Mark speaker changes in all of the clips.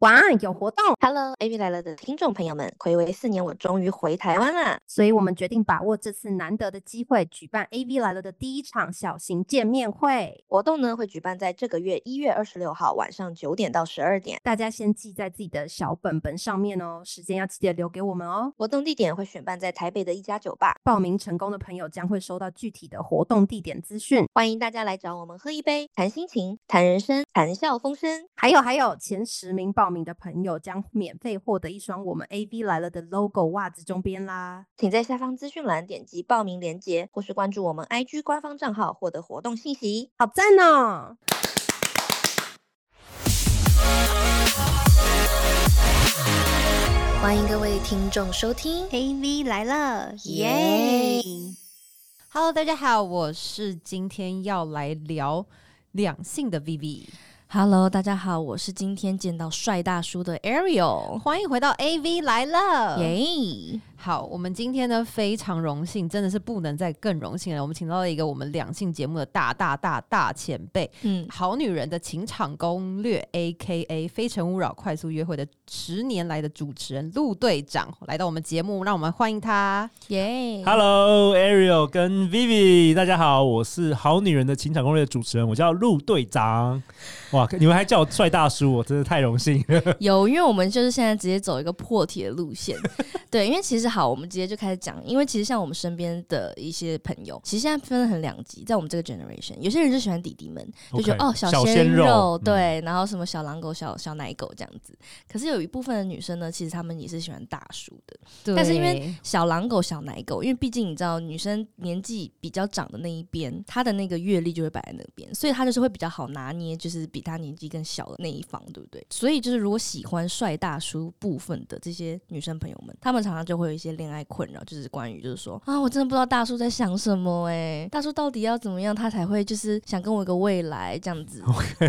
Speaker 1: 晚安有活动，
Speaker 2: Hello，Amy 来了的听众朋友们，暌违四年，我终于回台湾啦！
Speaker 1: 所以我们决定把握这次难得的机会，举办 AV 来了的第一场小型见面会。
Speaker 2: 活动呢会举办在这个月一月二十六号晚上九点到十二点，
Speaker 1: 大家先记在自己的小本本上面哦，时间要记得留给我们哦。
Speaker 2: 活动地点会选办在台北的一家酒吧，
Speaker 1: 报名成功的朋友将会收到具体的活动地点资讯。
Speaker 2: 欢迎大家来找我们喝一杯，谈心情，谈人生，谈笑风生。
Speaker 1: 还有还有，前十名报名的朋友将免费获得一双我们 AV 来了的 logo 袜子周边啦。
Speaker 2: 请在下方资讯栏点击报名链接，或是关注我们 IG 官方账号获得活动信息。
Speaker 1: 好赞哦！
Speaker 2: 欢迎各位听众收听
Speaker 3: AV 来了，耶、
Speaker 4: Hello，大家好，我是今天要来聊两性的 VV，
Speaker 3: Hello，大家好，我是今天见到帅大叔的 Ariel，
Speaker 4: 欢迎回到 AV 来
Speaker 2: 呃
Speaker 4: 了。
Speaker 3: 耶！
Speaker 4: 好，我们今天呢非常荣幸，真的是不能再更荣幸了。我们请到了一个我们两性节目的大大大大前辈，
Speaker 3: 嗯
Speaker 4: 《好女人的情场攻略》（A.K.A. 非诚勿扰快速约会）的十年来的主持人陆队长来到我们节目，让我们欢迎他。
Speaker 3: 耶
Speaker 5: Hello 哎 Ariel 跟 Vivi，大家好，我是《好女人的情场攻略》的主持人，我叫陆队长。哇，你们还叫我帅大叔，我真的太荣 幸了。
Speaker 3: 有，因为我们就是现在直接走一个破题的路 线，对，因为其实好，我们直接就开始讲，因为其实像我们身边的一些朋友，其实现在分了很两极，在我们这个 generation，有些人就喜欢弟弟们，就觉得
Speaker 5: OK，
Speaker 3: 哦小
Speaker 5: 小
Speaker 3: 鲜
Speaker 5: 鲜肉嗯
Speaker 3: 对，然后什么小狼狗、小小奶狗这样子，可是有一部分的女生呢，其实她们也是喜欢大叔的。但是因为小狼狗、小奶狗，因为毕竟你知道，女生年纪比较长的那一边，她的那个阅历就会摆在那边，所以她就是会比较好拿捏，就是比她年纪更小的那一方，对不对？所以就是如果喜欢帅大叔部分的这些女生朋友们，她们常常就会有一些恋爱困扰，就是关于就是说啊，我真的不知道大叔在想什么哎、大叔到底要怎么样，他才会就是想跟我一个未来这样子？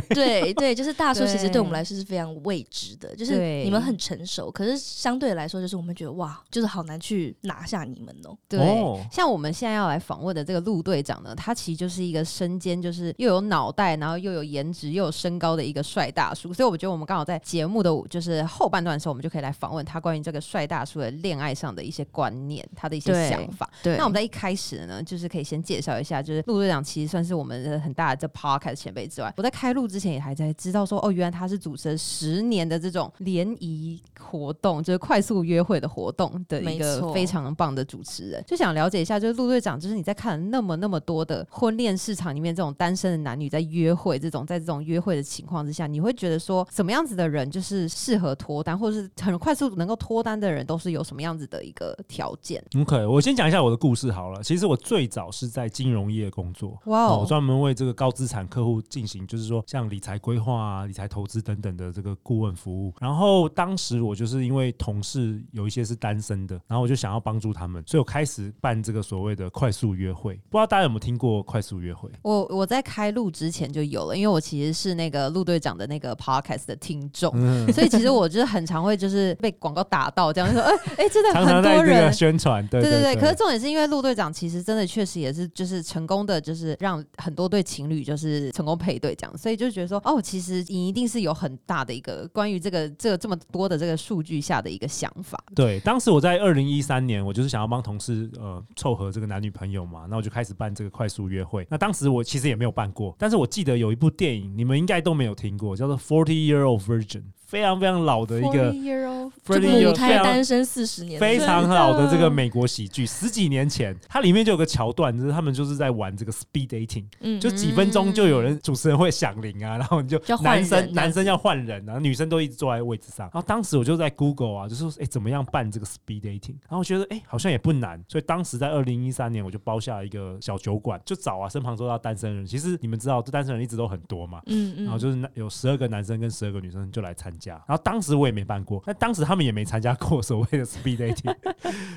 Speaker 3: 对对，就是大叔其实对我们来说是非常未知的，就是
Speaker 4: 对
Speaker 3: 你们很成熟，可是相对来说，就是我们觉得哇，就是好难去拿下你们哦、
Speaker 4: 对，
Speaker 5: 哦
Speaker 4: 像我们现在要来访问的这个陆队长呢，他其实就是一个身兼就是又有脑袋，然后又有颜值又有身高的一个帅大叔，所以我觉得我们刚好在节目的就是后半段的时候，我们就可以来访问他关于这个帅大叔的恋爱上的一些观念，他的一些
Speaker 3: 对
Speaker 4: 想法。
Speaker 3: 对
Speaker 4: 那我们在一开始呢，就是可以先介绍一下，就是陆队长其实算是我们的很大的这 podcast 前辈之外，我在开录之前也还在知道说，哦，原来他是主持人十年的这种联谊活动，就是快速约会的活动的一
Speaker 3: 没错
Speaker 4: 个非常棒的主持人。就想了解一下，就是陆队长，就是你在看了那么那么多的婚恋市场里面这种单身的男女在约会，这种在这种约会的情况之下，你会觉得说什么样子的人就是适合脱单，或者是很快速能够脱单的人，都是有什么样子的一个条件？
Speaker 5: 嗯 OK，我先讲一下我的故事好了。其实我最早是在金融业工作。
Speaker 4: 哇
Speaker 5: 哦，我专门为这个高资产客户进行，就是说像理财规划啊、理财投资等等的这个顾问服务。然后当时我就是因为同事有一些是单身的，然后我就想要帮助他们，所以我开始办这个所谓的快速约会。不知道大家有没有听过快速约会？
Speaker 4: 我我在开录之前就有了，因为我其实是那个陆队长的那个 podcast 的听众，
Speaker 5: 嗯，
Speaker 4: 所以其实我就是很常会就是被广告打到，这样就说，哎、哎、真的
Speaker 5: 常常
Speaker 4: 很
Speaker 5: 在
Speaker 4: 多
Speaker 5: 这
Speaker 4: 人
Speaker 5: 个。宣传，对
Speaker 4: 对
Speaker 5: 对
Speaker 4: 对，可是重点是因为陆队长其实真的确实也是就是成功的，就是让很多对情侣就是成功配对这样，所以就觉得说哦，其实你一定是有很大的一个关于这个这个这么多的这个数据下的一个想法。
Speaker 5: 对，当时我在二零一三年，我就是想要帮同事呃凑合这个男女朋友嘛，那我就开始办这个快速约会。那当时我其实也没有办过，但是我记得有一部电影，你们应该都没有听过，叫做《Forty Year Old Virgin》，非常非常老的一个
Speaker 3: 就
Speaker 5: Forty
Speaker 3: 母
Speaker 5: Year 非
Speaker 3: 胎
Speaker 5: 常
Speaker 3: 单身四十年，
Speaker 5: 非常老的这个美国喜剧，十几年前，它里面就有个桥段，就是他们就是在玩这个 speed dating，
Speaker 3: 嗯
Speaker 5: 就几分钟就有人主持人会响铃啊，然后你就
Speaker 3: 就换
Speaker 5: 男
Speaker 3: 人
Speaker 5: 生
Speaker 3: 这样
Speaker 5: 男生要换人啊，然后女生都一直坐在位置上。然后当时我就在 Google 啊，就说哎、诶怎么样办这个 speed dating？然后我觉得哎、诶好像也不难，所以当时在二零一三年我就包下一个小酒馆，就找啊身旁周到单身人。其实你们知道，这单身人一直都很多嘛，
Speaker 3: 嗯
Speaker 5: 然后
Speaker 3: 嗯，
Speaker 5: 就是那有十二个男生跟十二个女生就来参加，然后当时我也没办过，那当时他们也没参加过所谓的 speed dating，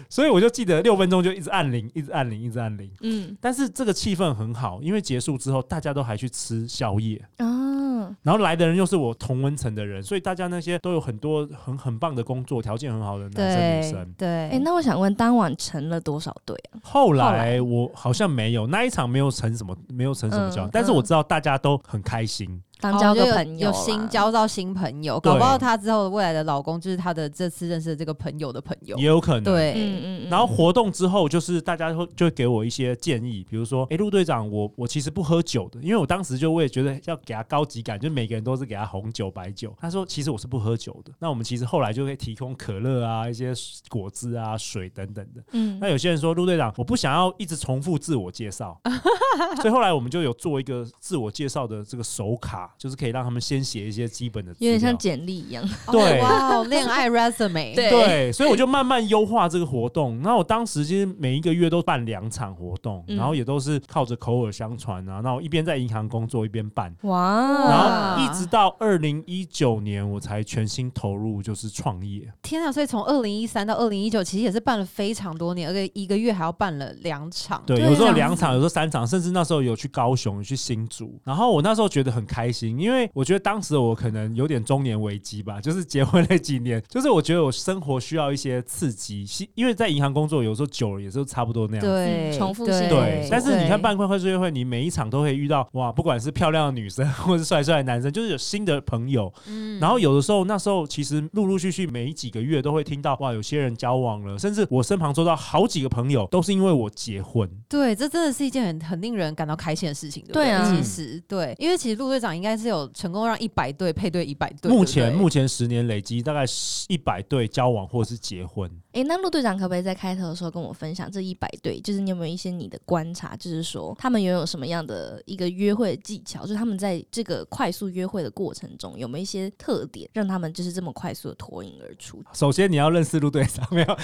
Speaker 5: 所以 我就记得六分钟就一直按铃，一直按铃，一直按铃。
Speaker 3: 嗯
Speaker 5: 但是这个气氛很好，因为结束之后大家都还去吃宵夜，
Speaker 3: 啊，
Speaker 5: 然后来的人又是我同温层的人，所以大家那些都有很多很很棒的工作，条件很好的男生女
Speaker 4: 对
Speaker 5: 生。
Speaker 4: 对，
Speaker 3: 哎、那我想问，当晚成了多少对啊？
Speaker 5: 后
Speaker 4: 后
Speaker 5: 来
Speaker 4: 来
Speaker 5: 我好像没有那一场没有成什么，没有成什么交，
Speaker 3: 嗯
Speaker 5: 但是我
Speaker 3: 嗯
Speaker 5: 知道大家都很开心，
Speaker 3: 当交
Speaker 4: 哦就
Speaker 3: 个
Speaker 4: 有
Speaker 3: 朋友
Speaker 4: 有
Speaker 3: 啦
Speaker 4: 新交到新朋友，搞不
Speaker 5: 对
Speaker 4: 好她之后的未来的老公就是她的这次认识的这个朋友的朋友。
Speaker 5: 也有可能。
Speaker 4: 对，
Speaker 3: 嗯嗯嗯，
Speaker 5: 然后活动之后，就是大家会就会给我一些建议，比如说，哎，陆队长，我我其实不喝酒的，因为我当时就我也觉得要给他高级感，就每个人都是给他红酒、白酒。他说，其实我是不喝酒的。那我们其实后来就会提供可乐啊、一些果汁啊、水等等的。
Speaker 2: 嗯
Speaker 5: 那有些人说，陆队长，我不想要一直重复自我介绍， 所以后来我们就有做一个自我介绍的这个手卡，就是可以让他们先写一些基本的资
Speaker 3: 有
Speaker 5: 料，
Speaker 3: 点像简历一样，
Speaker 5: 对
Speaker 4: 哇哦，恋爱 resume，
Speaker 3: 对
Speaker 5: 对，所以我就慢慢优化这个活动。那我当时其实每一个月都办两场活动，
Speaker 3: 嗯
Speaker 5: 然后也都是靠着口耳相传啊。那我一边在银行工作一边办，然
Speaker 3: 哇，哦
Speaker 5: 后一直到二零一九年我才全心投入就是创业。
Speaker 4: 天啊！所以从二零一三到二零一九，其实也是办了非常多年，而且一个月还要办了两场。
Speaker 5: 对，
Speaker 3: 对
Speaker 5: 有时候
Speaker 3: 啊
Speaker 5: 两场，有时候三场，甚至那时候有去高雄、有去新竹。然后我那时候觉得很开心，因为我觉得当时我可能有点中年危机吧， 就是结婚那几年，就是我觉得我生活需要一些刺激，是因为在银行工作有时候久了也是差不多那样子。
Speaker 4: 对，
Speaker 3: 嗯重复性
Speaker 5: 对
Speaker 3: 对，
Speaker 5: 但是你看
Speaker 4: 对
Speaker 5: 办快快速约会，你每一场都会遇到哇，不管是漂亮的女生 或是帅帅的男生，就是有新的朋友。
Speaker 4: 嗯
Speaker 5: 然后有的时候那时候其实陆陆续续每几个月都会听到哇，有些人交往了，甚至我身旁周到好几个朋友都是因为我结婚。
Speaker 4: 对，这真的是一件很很令人感到开心的事情，对不
Speaker 3: 对啊
Speaker 4: 其实对，因为其实陆队长应该是有成功让一百对配对一百对，
Speaker 5: 目前
Speaker 4: 对不对
Speaker 5: 目前十年累积大概一百对交往或是结婚。
Speaker 3: 哎、那陆队长可不可以在开头的时候跟我分享这一百对，就是你有没有一些你的观察，就是说他们拥有什么样的一个约会的技巧，就是他们在这个快速约会的过程中有没有一些特点，让他们就是这么快速的脱颖而出？
Speaker 5: 首先你要认识陆队长，没有？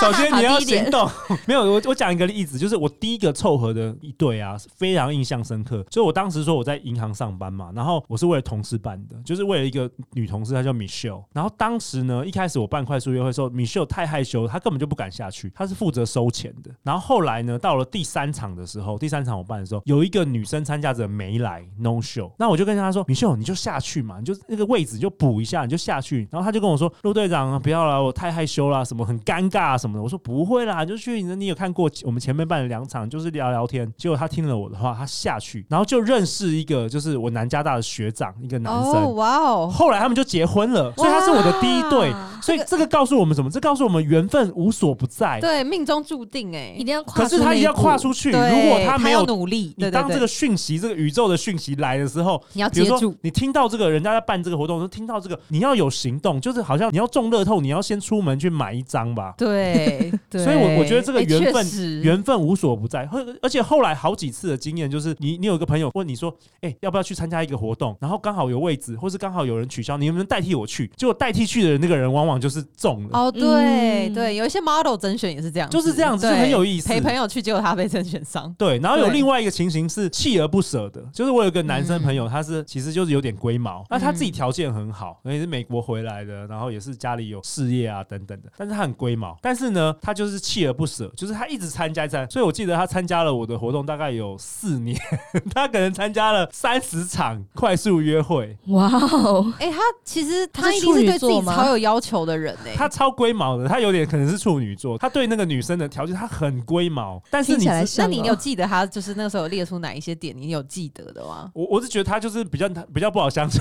Speaker 5: 首先你要行动， 没有？我我讲一个例子，就是我第一个凑合的一对啊，非常印象深刻。就我当时说我在银行上班嘛，然后我是为了同事办的，就是为了一个女同事，她叫 Michelle。然后当时呢，一开始我办快速约会的时候，Michelle 太害羞，她根本就不敢下去，她是负责收钱的。然后后来呢，到了第三场的时候，第三场我办的时候，有一个女生参加者没来，no show。那我就跟她说，Michelle 你就下去嘛，你就那个位置你就补一下，你就下去。然后她就跟我说，陆队长不要啦，我太害羞啦，什么很尴尬、啊、什么的。我说不会啦，就去你你有看过我们前面办了两场，就是聊聊天。结果她听了我的话，她下去，然后就认识一个就是我南加大的学长，一个男生。
Speaker 4: 哦，哇哦，
Speaker 5: 后来他们就结婚了，所以他是我的第一对，所以这个告诉我们什么？这告诉我们缘分无所不在。
Speaker 4: 对，命中注定哎
Speaker 3: 一，定要跨
Speaker 5: 可
Speaker 3: 出
Speaker 5: 是他
Speaker 3: 那
Speaker 5: 一定要
Speaker 3: 步
Speaker 5: 跨出去，如
Speaker 4: 对
Speaker 5: 果他没
Speaker 4: 要
Speaker 5: 有。
Speaker 4: 努力，
Speaker 5: 你
Speaker 4: 对
Speaker 5: 当
Speaker 4: 对
Speaker 5: 这个
Speaker 4: 对，
Speaker 5: 讯息，这个宇宙的讯息来的时候，
Speaker 4: 你要
Speaker 5: 比如
Speaker 4: 接
Speaker 5: 说
Speaker 4: 住，
Speaker 5: 你听到这个人家在办这个活动，听到这个，你要有行动，就是好像你要中乐透，你要先出门去买一张吧。
Speaker 4: 对，对
Speaker 5: 所以我我觉得这个
Speaker 4: 哎
Speaker 5: 缘
Speaker 4: 确
Speaker 5: 分
Speaker 4: 实
Speaker 5: 缘分无所不在，而而且后来好几次的经验就是你，你有一个朋友问你说，哎、要不要去参加一个活动？然后刚好有位置，或是刚好有人取消，你能不能代替我去？结果代替去的人那个人往往就是中了。
Speaker 4: 哦，对
Speaker 3: 嗯
Speaker 4: 对，有一些 model 甄选也是这样子，
Speaker 5: 就是这样子
Speaker 4: 对
Speaker 5: 就很有意思
Speaker 4: 陪朋友去，结果他被甄选上，
Speaker 5: 对，然后有
Speaker 4: 对
Speaker 5: 另外一个情形是锲而不舍的，就是我有个男生
Speaker 3: 嗯
Speaker 5: 朋友，他是其实就是有点龟毛，那他自己条件很好，而且是美国回来的，然后也是家里有事业啊等等的，但是他很龟毛，但是呢，他就是锲而不舍，就是他一直参加在，所以我记得他参加了我的活动大概有四年， 他可能参加了三十场快速约会，
Speaker 3: 哇哦，
Speaker 4: 哎，他其实
Speaker 3: 他
Speaker 4: 他
Speaker 3: 是
Speaker 4: 一定
Speaker 3: 处
Speaker 4: 是
Speaker 3: 女
Speaker 4: 对自己
Speaker 3: 座吗
Speaker 4: 超有要求的人哎，
Speaker 5: 他超龟毛的，他有点可能是处女座，他对那个女生的条件他很龟毛，但是
Speaker 3: 听
Speaker 5: 你
Speaker 3: 起来
Speaker 5: 知
Speaker 3: 像
Speaker 4: 那
Speaker 3: 哦
Speaker 4: 你有记得他就是那时候有列出哪一些点，你有记得的吗？
Speaker 5: 我我是觉得他就是比较比较不好相处，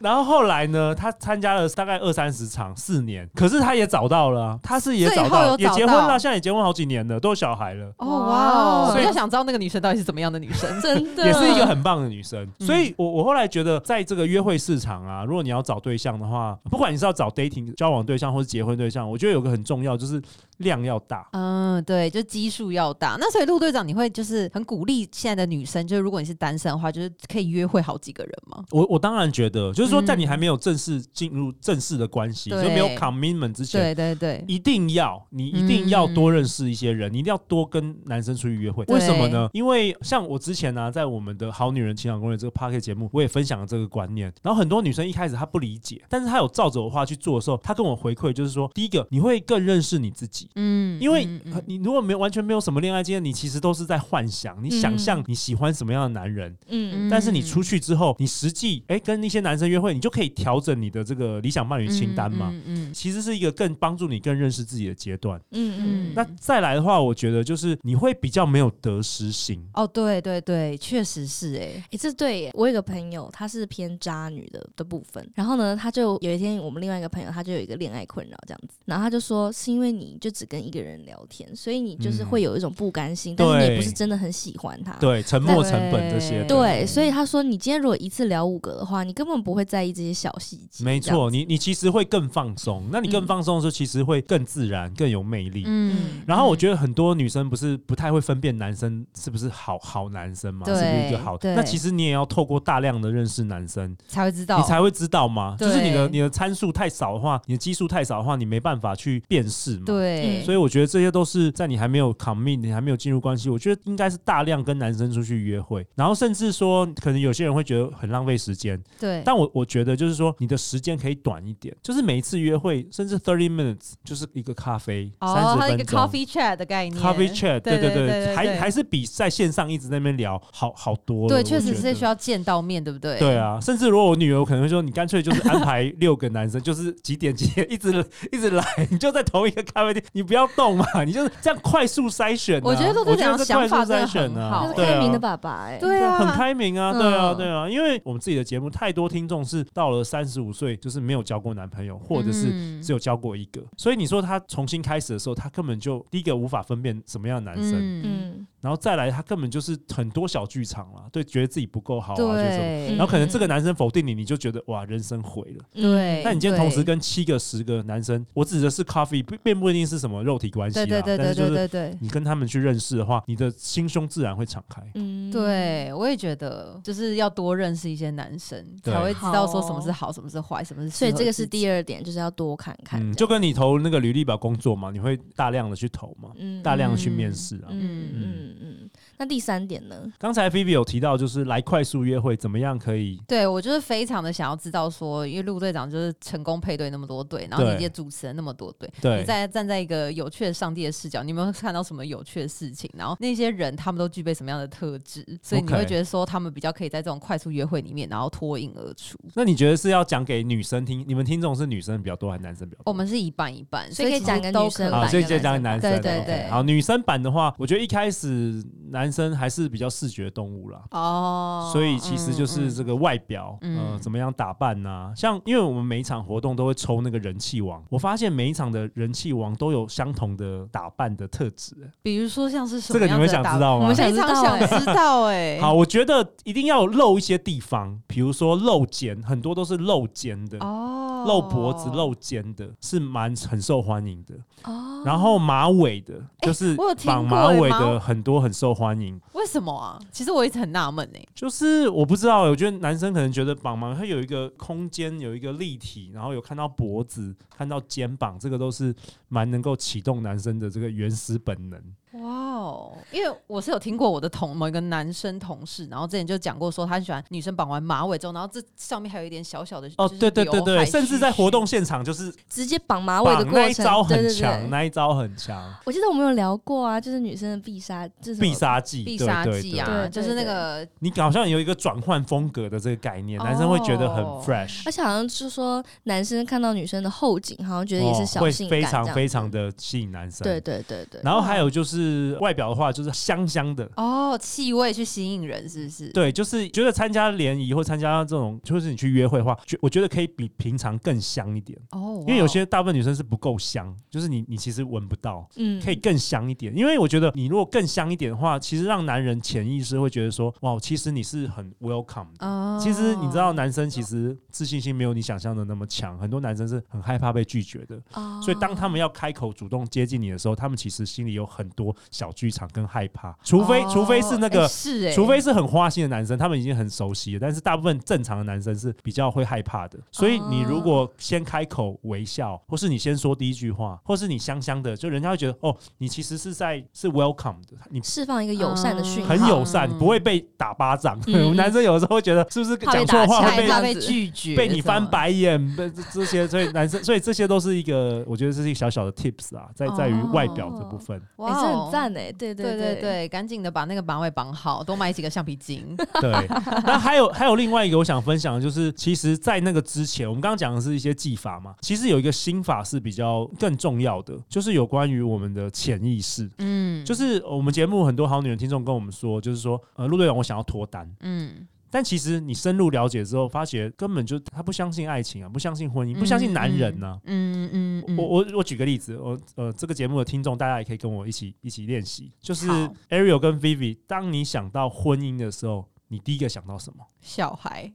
Speaker 5: 然后后来呢，他参加了大概二三十场，四年，可是他也找到了啊，他是也找
Speaker 4: 最后
Speaker 5: 到，
Speaker 4: 有
Speaker 5: 也
Speaker 4: 找到
Speaker 5: 结婚了，现在也结婚好几年了，都有小孩了。
Speaker 4: 哦
Speaker 3: 哇
Speaker 4: 哇哦！
Speaker 3: 所
Speaker 4: 我
Speaker 5: 以
Speaker 4: 就想知道那个女生到底是怎么样的女生。
Speaker 3: 真的
Speaker 5: 也是一
Speaker 4: 啊
Speaker 5: 个很棒的女生，
Speaker 4: 嗯
Speaker 5: 所以我我后来觉得，在这个约会市场啊，如果你要找对象的话，不管你是要找 dating 交往对象或是结婚对象，我觉得有个很重要就是量要大，
Speaker 4: 嗯，对，就基数要大。那所以陆队长，你会就是很鼓励现在的女生，就是如果你是单身的话，就是可以约会好几个人吗？
Speaker 5: 我我当然觉得，就是说，在
Speaker 4: 嗯
Speaker 5: 你还没有正式进入正式的关系，
Speaker 4: 对
Speaker 5: 就没有 commitment 之前，
Speaker 4: 对对对，
Speaker 5: 一定要，你一定要多认识一些人，你一定要多跟男生出去约会。
Speaker 4: 嗯
Speaker 5: 为什么呢？因为像我之前呢、啊在我们的《好女人情感攻略》这个 p a r k 节目，我也分享了这个观念。然后很多女生一开始她不理解，但是她有照着我化去做的时候，他跟我回馈就是说，第一个你会更认识你自己。
Speaker 4: 嗯
Speaker 5: 因为
Speaker 4: 嗯嗯
Speaker 5: 呃你如果没有完全没有什么恋爱经验，你其实都是在幻想，
Speaker 4: 嗯
Speaker 5: 你想象你喜欢什么样的男人，
Speaker 3: 嗯
Speaker 5: 但是你出去之后，你实际哎跟一些男生约会，你就可以调整你的这个理想伴侣清单嘛。
Speaker 4: 嗯嗯
Speaker 5: 其实是一个更帮助你更认识自己的阶段。
Speaker 3: 嗯嗯，
Speaker 5: 那再来的话，我觉得就是你会比较没有得失心，
Speaker 4: 哦，对对对，确实是哎、
Speaker 3: 哎、这对耶我有一个朋友，她是偏渣女的的部分。然后呢，她就有一天，我们另外一个朋友，她就有一个恋爱困扰这样子。然后她就说，是因为你就只跟一个人聊天，所以你就是
Speaker 5: 嗯
Speaker 3: 会有一种不甘心，但是你也不是
Speaker 5: 对
Speaker 3: 真的很喜欢他。
Speaker 5: 对沉没成本这些的。
Speaker 4: 啊对
Speaker 3: 对，所以她说，你今天如果一次聊五个的话，你根本不会在意这些小细节。
Speaker 5: 没
Speaker 3: 这样
Speaker 5: 错，你你其实会更放松，那你更
Speaker 3: 嗯
Speaker 5: 放松的时候，其实会更自然、更有魅力。
Speaker 4: 嗯，
Speaker 5: 然后我觉得很多女生不是不太会分辨男生是不是好好男生嘛，是
Speaker 4: 对
Speaker 5: 不是一个好？
Speaker 4: 对
Speaker 5: 那其实你也要透过大量的认识男生，
Speaker 4: 才会知道，
Speaker 5: 你才会知道嘛。
Speaker 4: 对
Speaker 5: 就是你的你的参数太少的话，你的基数太少的话，你没办法去辨识嘛。
Speaker 4: 对，
Speaker 5: 嗯所以我觉得这些都是在你还没有 commit、你还没有进入关系，我觉得应该是大量跟男生出去约会，然后甚至说，可能有些人会觉得很浪费时间，
Speaker 4: 对，
Speaker 5: 但我我觉得就是说，你的时间可以短一点，就是每一次约会，甚至 thirty minutes 就是一个咖啡，三
Speaker 4: 哦，
Speaker 5: 十、
Speaker 4: 它一
Speaker 5: 分
Speaker 4: 个
Speaker 5: 钟。
Speaker 4: coffee chat 的概念
Speaker 5: Coffee chat，对
Speaker 4: 对
Speaker 5: 对对，
Speaker 4: 对，
Speaker 5: 还
Speaker 4: 对
Speaker 5: 还是比在线上一直在那边聊好好多了。
Speaker 4: 对，
Speaker 5: 我
Speaker 4: 确实
Speaker 5: 觉
Speaker 4: 是
Speaker 5: 得
Speaker 4: 需。要见到面，对不对？
Speaker 5: 对，啊，甚至如果我女儿，我可能会说，你干脆就是安排六个男生，就是几点几点一直 一直来，你就在同一个咖啡店，你不要动嘛，你就是这样快速筛选啊。
Speaker 4: 我觉得陆队长
Speaker 5: 这
Speaker 4: 想
Speaker 5: 快速
Speaker 4: 法真的
Speaker 5: 筛选
Speaker 4: 很
Speaker 5: 啊
Speaker 4: 好
Speaker 3: 那是
Speaker 5: 对
Speaker 3: 开明
Speaker 5: 啊
Speaker 3: 的爸爸哎、
Speaker 4: 对啊，
Speaker 5: 很开明啊，对啊，
Speaker 3: 嗯
Speaker 5: 对啊，因为我们自己的节目太多听众是到了三十五岁，就是没有交过男朋友，或者是
Speaker 4: 嗯
Speaker 5: 只有交过一个，所以你说他重新开始的时候，他根本就第一个无法分辨什么样的男生，
Speaker 4: 嗯，
Speaker 3: 嗯，
Speaker 5: 然后再来他根本就是很多小剧场啦，对，觉得自己不够好啊，觉得什么。
Speaker 4: 对
Speaker 5: 然后可能这个男生否定你，你就觉得哇，人生毁了。
Speaker 4: 嗯
Speaker 3: 嗯
Speaker 4: 对，
Speaker 5: 但你今天同时
Speaker 4: 对
Speaker 5: 跟七个、十个男生，我指的是 coffee，并并不一定是什么肉体关系啦，啊
Speaker 4: 对对对
Speaker 5: 但
Speaker 4: 对
Speaker 5: 是就
Speaker 4: 对
Speaker 5: 是
Speaker 4: 对对。
Speaker 5: 你跟他们去认识的话，你的心胸自然会敞开。
Speaker 3: 嗯，
Speaker 4: 对，我也觉得，就是要多认识一些男生，
Speaker 5: 对
Speaker 4: 才会知道说什么
Speaker 3: 好
Speaker 4: 是好，什么是坏，什么是适合自己。
Speaker 3: 所以这个是第二点，就是要多看看这样，
Speaker 5: 嗯，就跟你投那个履历表工作嘛，你会大量的去投嘛，
Speaker 3: 嗯
Speaker 5: 大量的去面试啊。
Speaker 3: 嗯嗯嗯。那第三点呢？
Speaker 5: 刚才菲菲有提到，就是来快速约会，怎么样可以？
Speaker 4: 对我就是非常的想要知道说，因为陆队长就是成功配对那么多对，然后
Speaker 5: 对
Speaker 4: 你也主持了那么多对，
Speaker 5: 对
Speaker 4: 你在站在一个有趣的上帝的视角，你有没有看到什么有趣的事情？然后那些人他们都具备什么样的特质？所以你
Speaker 5: OK
Speaker 4: 会觉得说他们比较可以在这种快速约会里面，然后脱颖而出。
Speaker 5: 那你觉得是要讲给女生听？你们听众是女生比较多还是男生比较多？
Speaker 4: 我们是一半一半，
Speaker 3: 所以可以
Speaker 4: 其实
Speaker 3: 讲一个
Speaker 4: 都
Speaker 3: 女生
Speaker 4: 可
Speaker 3: 版
Speaker 5: 啊，
Speaker 3: 本
Speaker 5: 所以
Speaker 3: 跟
Speaker 5: 就讲给男生的。
Speaker 4: 对对
Speaker 5: OK
Speaker 4: 对
Speaker 5: 好，女生版的话，我觉得一开始男生还是比较视觉动物啦。
Speaker 4: 哦，
Speaker 5: 所以其实就是这个外表，
Speaker 4: 嗯
Speaker 5: 呃，怎么样打扮呐、像因为我们每一场活动都会抽那个人气王，我发现每一场的人气王都有相同的打扮的特质、欸
Speaker 4: 比如说像是什
Speaker 5: 这
Speaker 4: 么
Speaker 5: 个你
Speaker 4: 样
Speaker 5: 们
Speaker 4: 子的
Speaker 5: 想
Speaker 4: 打
Speaker 5: 知道吗？
Speaker 3: 我们
Speaker 4: 非
Speaker 3: 想知
Speaker 4: 常
Speaker 3: 道
Speaker 4: 想
Speaker 3: 欸
Speaker 4: 知道哎、
Speaker 5: 好，我觉得一定要有露一些地方，比如说露肩，很多都是露肩的，
Speaker 4: 哦，
Speaker 5: 露脖子、露肩的，是蛮很受欢迎的。
Speaker 3: 哦
Speaker 5: 然后马尾的，就是
Speaker 4: 我有听
Speaker 5: 绑
Speaker 4: 过
Speaker 5: 马
Speaker 4: 欸
Speaker 5: 尾
Speaker 4: 马
Speaker 5: 的很多很受欢迎。
Speaker 4: 为什么啊？其实我一直很纳闷哎，
Speaker 5: 就是我不知道，欸我觉得男生可能觉得绑马它有一个空间，有一个立体，然后有看到脖子、看到肩膀，这个都是蛮能够启动男生的这个原始本能。
Speaker 4: 哇哦！因为我是有听过我的同某一个男生同事，然后之前就讲过说他很喜欢女生绑完马尾之后，然后这上面还有一点小小的
Speaker 5: 哦，
Speaker 4: 就是
Speaker 5: 对对对
Speaker 4: 刘
Speaker 5: 对，
Speaker 4: 海
Speaker 5: 甚至
Speaker 4: 须
Speaker 5: 在活
Speaker 4: 须
Speaker 5: 动现场就是
Speaker 3: 直接绑马尾的
Speaker 5: 绑
Speaker 3: 过
Speaker 5: 那一
Speaker 3: 程，
Speaker 5: 招
Speaker 3: 对
Speaker 5: 很
Speaker 3: 对嗯
Speaker 5: 强，
Speaker 3: 对。
Speaker 5: 那一招很强。
Speaker 3: 我记得我们有聊过啊，就是女生的必杀，就是什么
Speaker 5: 必杀技，
Speaker 4: 必
Speaker 5: 对
Speaker 4: 杀
Speaker 5: 对
Speaker 4: 技
Speaker 5: 对
Speaker 4: 啊，
Speaker 3: 对对对
Speaker 4: 就是那个
Speaker 5: 你好像有一个转换风格的这个概念，男生会觉得很
Speaker 4: 哦
Speaker 5: fresh，
Speaker 3: 而且好像是说男生看到女生的后颈，好像觉得也是
Speaker 5: 哦
Speaker 3: 小
Speaker 5: 会
Speaker 3: 性感
Speaker 5: 非
Speaker 3: 这样
Speaker 5: 常
Speaker 3: 子
Speaker 5: 非常的吸引男生。
Speaker 3: 对。哦对对对。
Speaker 5: 然后还有就是外表的话，就是香香的，
Speaker 4: 哦气味去吸引人，是不是？
Speaker 5: 对，就是觉得参加联谊或参加这种，就是你去约会的话，觉我觉得可以比平常更香一点，
Speaker 4: 哦，
Speaker 5: 因为有些
Speaker 4: 哇
Speaker 5: 大部分女生是不够香，就是你你其实闻不到。
Speaker 3: 嗯
Speaker 5: 可以更香一点，因为我觉得你如果更香一点的话，其实让男人潜意识会觉得说，哇，其实你是很 welcome 的，
Speaker 4: 哦
Speaker 5: 其实你知道，男生其实自信心没有你想象的那么强，很多男生是很害怕被拒绝的，
Speaker 3: 哦
Speaker 5: 所以当他们要开口主动接近你的时候，他们其实心里有很多小剧虑场跟害怕，除非、除非是那个。
Speaker 4: 哎是哎，
Speaker 5: 除非是很花心的男生，他们已经很熟悉了。但是大部分正常的男生是比较会害怕的，所以你如果先开口微笑，或是你先说第一句话，或是你香香的，就人家会觉得哦，你其实是在是 welcome 的，你
Speaker 3: 释放一个友善的讯
Speaker 4: 嗯
Speaker 3: 号，
Speaker 5: 啊很友善，
Speaker 4: 嗯
Speaker 5: 不会被打巴掌。
Speaker 3: 嗯
Speaker 5: 我们男生有时候会觉得是不是讲错话
Speaker 3: 怕
Speaker 5: 会
Speaker 3: 被
Speaker 5: 被
Speaker 3: 打
Speaker 4: 他
Speaker 3: 起来
Speaker 4: 被拒绝，
Speaker 5: 被你翻。白眼，被这这些，所以男生，所以这些都是一个，我觉得这是一个小小的 tips 啊，在在于外表这部分。
Speaker 3: 哎、这很赞哎、对
Speaker 4: 哦对
Speaker 3: 对
Speaker 4: 对对，赶紧的把那个马尾绑好，多买几个橡皮 筋。
Speaker 5: 对，那还有还有另外一个我想分享的就是，其实，在那个之前，我们刚刚讲的是一些技法嘛，其实有一个心法是比较更重要的，就是有关于我们的潜意识。
Speaker 4: 嗯，
Speaker 5: 就是我们节目很多好女人听众跟我们说，就是说，呃，陆队长，我想要脱单，
Speaker 4: 嗯，
Speaker 5: 但其实你深入了解之后，发觉根本就他不相信爱情啊，不相信婚姻，不相信男人呢、啊
Speaker 4: 嗯嗯嗯，
Speaker 5: 我我我举个例子，我呃这个节目的听众，大家也可以跟我一起一起练习，就是
Speaker 4: 好
Speaker 5: Ariel 跟 Vivi，当你想到婚姻的时候，你第一个想到什么
Speaker 4: 小孩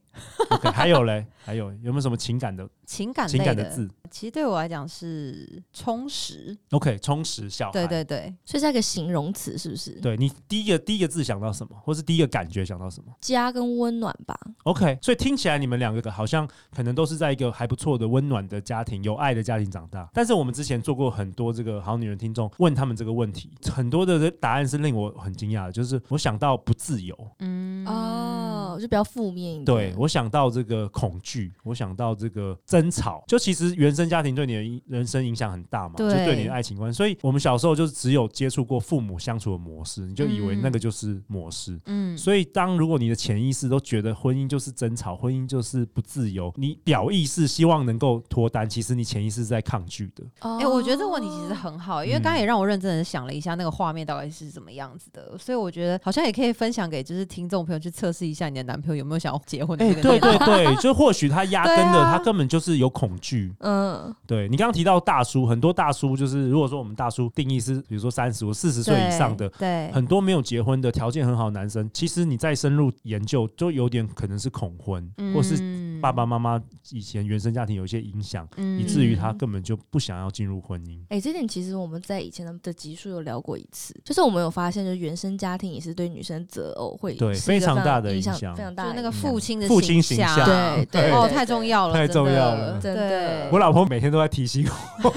Speaker 5: ？OK，还有嘞，还有有没有什么情感的
Speaker 4: 情感
Speaker 5: 情
Speaker 4: 类
Speaker 5: 感的字
Speaker 4: 其实对我来讲是充实。
Speaker 5: ？OK，充实小孩。
Speaker 4: 对对对，
Speaker 3: 所以这个形容词是不是？
Speaker 5: 对你第一个第一个字想到什么，或是第一个感觉想到什么
Speaker 3: 家跟温暖吧，
Speaker 5: ？OK，所以听起来你们两个好像可能都是在一个还不错的温暖的家庭、有爱的家庭长大。但是我们之前做过很多这个好女人听众问他们这个问题，很多的答案是令我很惊讶的，就是我想到不自由，
Speaker 4: 嗯
Speaker 3: 哦，就比较负面一点。
Speaker 5: 对我想到这个恐惧，我想到这个争吵，就其实原生家庭对你的影人生影响很大嘛，
Speaker 4: 对
Speaker 5: 就对你的爱情观。所以我们小时候就是只有接触过父母相处的模式，你就以为那个就是模式。
Speaker 4: 嗯
Speaker 5: 所以，当如果你的潜意识都觉得婚姻就是争吵，婚姻就是不自由，你表意识希望能够脱单，其实你潜意识是在抗拒的。
Speaker 3: 哦，
Speaker 4: 哎、我觉得这个问题其实很好，
Speaker 5: 嗯
Speaker 4: 因为刚刚也让我认真的想了一下那个画面到底是怎么样子的，所以我觉得好像也可以分享给就是听众朋友去测试一下你的男朋友有没有想要结婚的
Speaker 5: 哎、
Speaker 4: 那个
Speaker 5: 对
Speaker 4: 念头。
Speaker 5: 对 对，就或许他压根的，
Speaker 4: 对啊
Speaker 5: 他根本就是有恐惧，
Speaker 3: 嗯，
Speaker 5: 对你刚刚提到大叔，很多大叔就是，如果说我们大叔定义是，比如说三十五、四十岁以上的，
Speaker 4: 对
Speaker 5: 很多没有结婚的条件很好的男生，其实你再深入研究，就有点可能是恐婚，
Speaker 4: 嗯
Speaker 5: 或是
Speaker 4: 是
Speaker 5: 爸爸妈妈以前原生家庭有一些影响，
Speaker 4: 嗯
Speaker 5: 以至于他根本就不想要进入婚姻。
Speaker 3: 哎、这点其实我们在以前的的集数有聊过一次，就是我们有发现，就是原生家庭也是对女生择偶会
Speaker 5: 对
Speaker 3: 是一个
Speaker 5: 非
Speaker 3: 非
Speaker 5: 常大的
Speaker 3: 影
Speaker 5: 影
Speaker 3: 响，
Speaker 5: 响
Speaker 3: 非常大
Speaker 4: 就
Speaker 3: 的
Speaker 4: 那个
Speaker 3: 影响
Speaker 4: 父亲的
Speaker 5: 父亲
Speaker 4: 形
Speaker 5: 形
Speaker 3: 对
Speaker 5: 象
Speaker 3: 对
Speaker 4: 哦，
Speaker 3: 对
Speaker 4: 太重要了，
Speaker 5: 太
Speaker 4: 真的
Speaker 5: 重要了
Speaker 3: 真
Speaker 4: 对
Speaker 3: 的，
Speaker 5: 我老婆每天都在提醒我，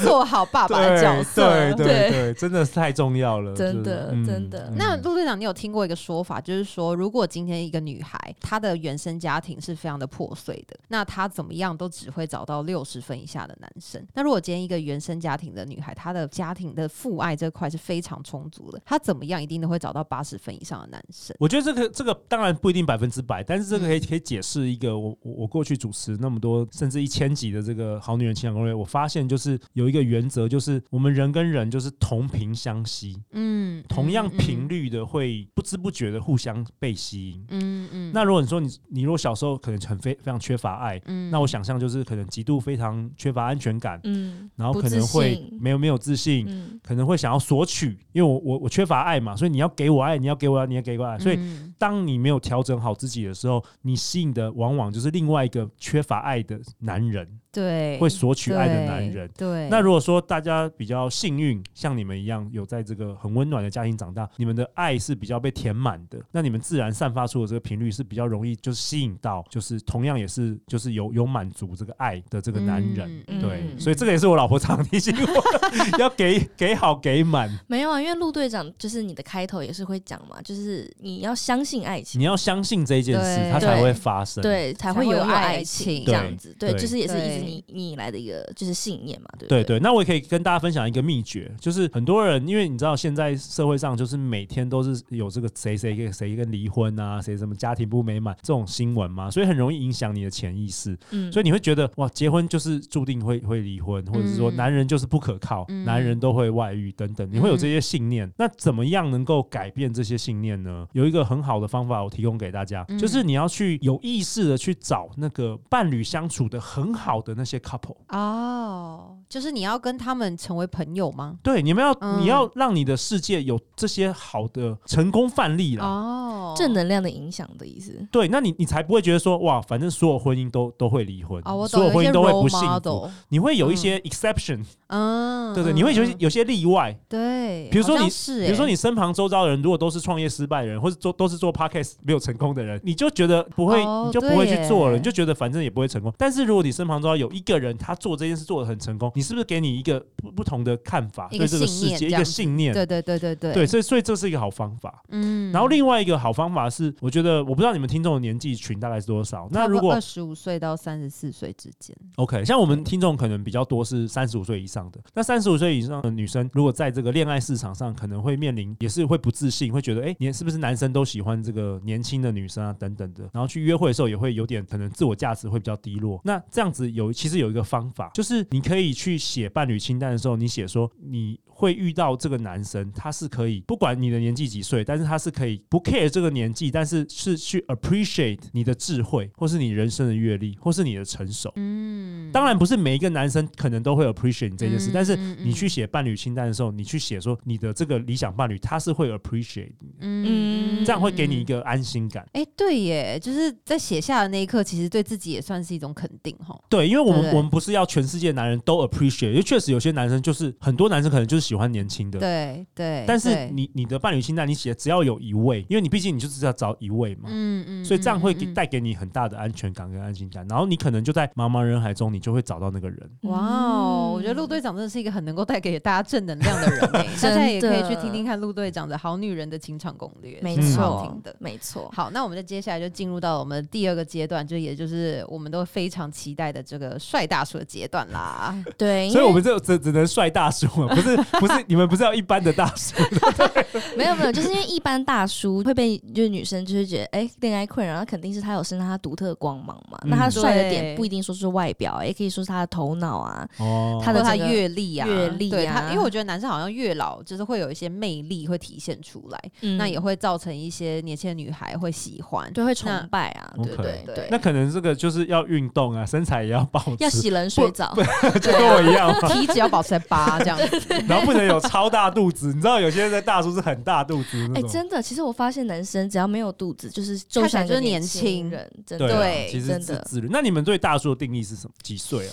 Speaker 4: 做好爸爸的角色。
Speaker 5: 对对对对，真的是太重要了，
Speaker 3: 真的
Speaker 5: 就是嗯
Speaker 3: 真的
Speaker 4: 那陆队长，你有听过一个说法，就是说，如果今天一个女孩她的原生家庭是非常的破碎的，那她怎么样都只会找到六十分以下的男生。那如果今天一个原生家庭的女孩，她的家庭的父爱这块是非常充足的，她怎么样一定都会找到八十分以上的男生。
Speaker 5: 我觉得这个这个当然不一定百分之百，但是这个可以可以解释一个我我我过去主持那么多甚至一千集的这个《好女人情感攻略》，我发现就是有一个原则，就是我们人跟人就是同频相吸，
Speaker 4: 嗯，
Speaker 5: 同样频率的会不知不觉的互相被吸引。
Speaker 4: 嗯，嗯嗯，
Speaker 5: 那如果你说你你如果小时候可能很非非常缺乏爱，
Speaker 4: 嗯
Speaker 5: 那我想象就是可能极度非常缺乏安全感，
Speaker 3: 嗯
Speaker 5: 然后
Speaker 3: 不
Speaker 5: 可能
Speaker 3: 自
Speaker 5: 会
Speaker 3: 信
Speaker 5: 没有没有自信，
Speaker 3: 嗯，
Speaker 5: 可能会想要索取，因为我我我缺乏爱嘛，所以你要给我爱，你要给我爱，你要给我爱，所以。
Speaker 4: 嗯
Speaker 5: 当你没有调整好自己的时候，你吸引的往往就是另外一个缺乏爱的男人，
Speaker 4: 对
Speaker 5: 会索取爱的男
Speaker 4: 对
Speaker 5: 人。
Speaker 4: 对，
Speaker 5: 那如果说大家比较幸运，像你们一样有在这个很温暖的家庭长大，你们的爱是比较被填满的，那你们自然散发出的这个频率是比较容易就是吸引到，就是同样也是就是有有满足这个爱的这个男人。
Speaker 4: 嗯
Speaker 3: 嗯
Speaker 5: 对，
Speaker 3: 嗯
Speaker 5: 所以这个也是我老婆常提醒我， 要给给好给满，
Speaker 3: 没有啊，因为陆队长就是你的开头也是会讲嘛，就是你要相信爱情
Speaker 5: 你。要相信这件事，
Speaker 4: 对
Speaker 5: 它才
Speaker 3: 对
Speaker 5: 会发生。
Speaker 3: 对，才
Speaker 4: 会
Speaker 3: 会有
Speaker 4: 有爱
Speaker 3: 爱
Speaker 4: 情
Speaker 3: 这
Speaker 5: 对
Speaker 3: 样子，对，
Speaker 5: 对
Speaker 3: 就是也是一直
Speaker 4: 对
Speaker 3: 你你以来的一个就是信念嘛，对不
Speaker 5: 对对，那我也可以跟大家分享一个秘诀，就是很多人，因为你知道现在社会上就是每天都是有这个谁谁跟谁跟离婚啊，谁什么家庭不美满这种新闻嘛，所以很容易影响你的潜意识，
Speaker 3: 嗯，
Speaker 5: 所以你会觉得哇，结婚就是注定会会离婚，或者是说
Speaker 4: 嗯
Speaker 5: 男人就是不可靠，男人都会外遇等等，你会有这些信念。那怎么样能够改变这些信念呢？有一个很好的方法，我提供给大家，就是你要去有意识的去找那个伴侣相处的很好的那些 couple。
Speaker 4: 哦，就是你要跟他们成为朋友吗？
Speaker 5: 对，你们要、
Speaker 4: 嗯
Speaker 5: 你要让你的世界有这些好的成功范例啦。
Speaker 4: 哦，
Speaker 3: 正能量的影响的意思。
Speaker 5: 对，那你你才不会觉得说哇，反正所有婚姻都都会离婚，
Speaker 4: 哦，我懂，
Speaker 5: 所有婚
Speaker 4: 一
Speaker 5: 姻
Speaker 4: 些
Speaker 5: 都会
Speaker 4: role
Speaker 5: 不幸福，
Speaker 4: model，
Speaker 5: 你会有一些 exception，、
Speaker 4: 嗯，
Speaker 5: 对对，
Speaker 4: 嗯
Speaker 5: 你会有一些
Speaker 4: 嗯
Speaker 5: 有些例外。
Speaker 4: 对，
Speaker 5: 比如说
Speaker 4: 好像
Speaker 5: 你
Speaker 4: 是，欸
Speaker 5: 比如说你身旁周遭的人如果都是创业失败的人，或是做都是做 podcast 没有成功的人，你就觉得不会，
Speaker 4: 哦
Speaker 5: 你就不会
Speaker 4: 对
Speaker 5: 去做了，
Speaker 4: 耶
Speaker 5: 你就觉得反正也不会成功。但是如果你身旁周遭有一个人他做这件事做的很成功，你是不是给你一个不不同的看法，
Speaker 4: 一个
Speaker 5: 对这个
Speaker 4: 信
Speaker 5: 世
Speaker 4: 念
Speaker 5: 界
Speaker 4: 这
Speaker 5: 一
Speaker 4: 样
Speaker 5: 个
Speaker 4: 子
Speaker 5: 信念？
Speaker 4: 对对对对对
Speaker 5: 对，，所以所以这是一个好方法。
Speaker 4: 嗯
Speaker 5: 然后另外一个好方法是，我觉得我不知道你们听众的年纪群大概是多少。那如果
Speaker 4: 二十五岁到三十四岁之间，
Speaker 5: OK，像我们听众可能比较多是三十五岁以上的，那三十五岁以上的女生，如果在这个恋爱市场上，可能会面临也是会不自信，会觉得哎，诶你是不是男生都喜欢这个年轻的女生啊等等的，然后去约会的时候也会有点可能自我价值会比较低落。那这样子有其实有一个方法，就是你可以去写伴侣清单的时候，你写说你会遇到这个男生，他是可以不管你的年纪几岁，但是他是可以不 care 这个年纪，但是是去 appreciate 你的智慧，或是你人生的阅历，或是你的成熟。
Speaker 4: 嗯，
Speaker 5: 当然不是每一个男生可能都会 appreciate 你这件事，
Speaker 4: 嗯
Speaker 5: 但是
Speaker 4: 嗯嗯
Speaker 5: 你去写伴侣清单的时候，你去写说你的这个理想伴侣他是会 appreciate，你的
Speaker 4: 嗯
Speaker 5: 这样会给你一。
Speaker 4: 嗯嗯嗯
Speaker 5: 个安心感。
Speaker 4: 哎、对耶，就是在写下的那一刻，其实对自己也算是一种肯定哈。
Speaker 5: 对，因为我
Speaker 4: 对对
Speaker 5: 们
Speaker 4: 对
Speaker 5: 我们不是要全世界男人都 appreciate，因为确实有些男生就是很多男生可能就是喜欢年轻的，
Speaker 4: 对对，
Speaker 5: 但是
Speaker 4: 对，
Speaker 5: 你你的伴侣清单你写只要有一位，因为你毕竟你就只要找一位嘛。
Speaker 4: 嗯嗯
Speaker 5: 所以这样会给
Speaker 4: 嗯嗯
Speaker 5: 带给你很大的安全感跟安心感，然后你可能就在茫茫人海中，你就会找到那个人。
Speaker 4: 哇哦，我觉得
Speaker 3: 嗯
Speaker 4: 陆队长真的是一个很能够带给大家正能量的人哎， 大家也可以去听听看陆队长的《好女人的情场攻略》，
Speaker 3: 没
Speaker 4: 挺好
Speaker 3: 错
Speaker 4: 听的，。
Speaker 3: 没错。
Speaker 4: 好，那我们就接下来就进入到我们的第二个阶段，就也就是我们都非常期待的这个帅大叔的阶段 啦。
Speaker 3: 对，因
Speaker 5: 所以
Speaker 3: 为
Speaker 5: 我们这只只能帅大叔嘛，不是不是，你们不是要一般的大叔，
Speaker 3: 没有没有，就是因为一般大叔会被就是女生就是觉得哎恋、爱困扰，那肯定是他有身上他独特的光芒嘛。
Speaker 5: 嗯
Speaker 3: 那他帅的
Speaker 4: 对
Speaker 3: 点不一定说是外表，啊也可以说是他的头脑啊。
Speaker 5: 哦
Speaker 3: 他的
Speaker 4: 或他
Speaker 3: 整个
Speaker 4: 阅历啊，
Speaker 3: 阅历
Speaker 4: 对他，
Speaker 3: 啊
Speaker 4: 因为我觉得男生好像越老，就是会有一些魅力会体现出来，
Speaker 3: 嗯
Speaker 4: 那也会造成一些年轻的女孩会喜欢。
Speaker 3: 对会崇
Speaker 4: 那
Speaker 3: 拜啊，对
Speaker 5: OK
Speaker 3: 对对，
Speaker 5: 那可能这个就是要运动啊，身材也要保
Speaker 3: 要
Speaker 5: 持，
Speaker 3: 洗冷水澡，
Speaker 5: 就跟我一样嘛。
Speaker 4: 体脂要保持在八这样 子，
Speaker 5: 然后不能有超大肚子，你知道有些人的大叔是很大肚子
Speaker 3: 哎、
Speaker 5: 那种。
Speaker 3: 真的，其实我发现男生只要没有肚子，就是就
Speaker 4: 看起来
Speaker 3: 像
Speaker 4: 就是
Speaker 3: 年
Speaker 4: 年轻
Speaker 3: 人，真
Speaker 5: 对
Speaker 3: 的。
Speaker 5: 啊，
Speaker 4: 对
Speaker 5: 其实
Speaker 3: 真
Speaker 5: 是
Speaker 3: 的
Speaker 5: 自律。那你们对大叔的定义是什么？几岁啊？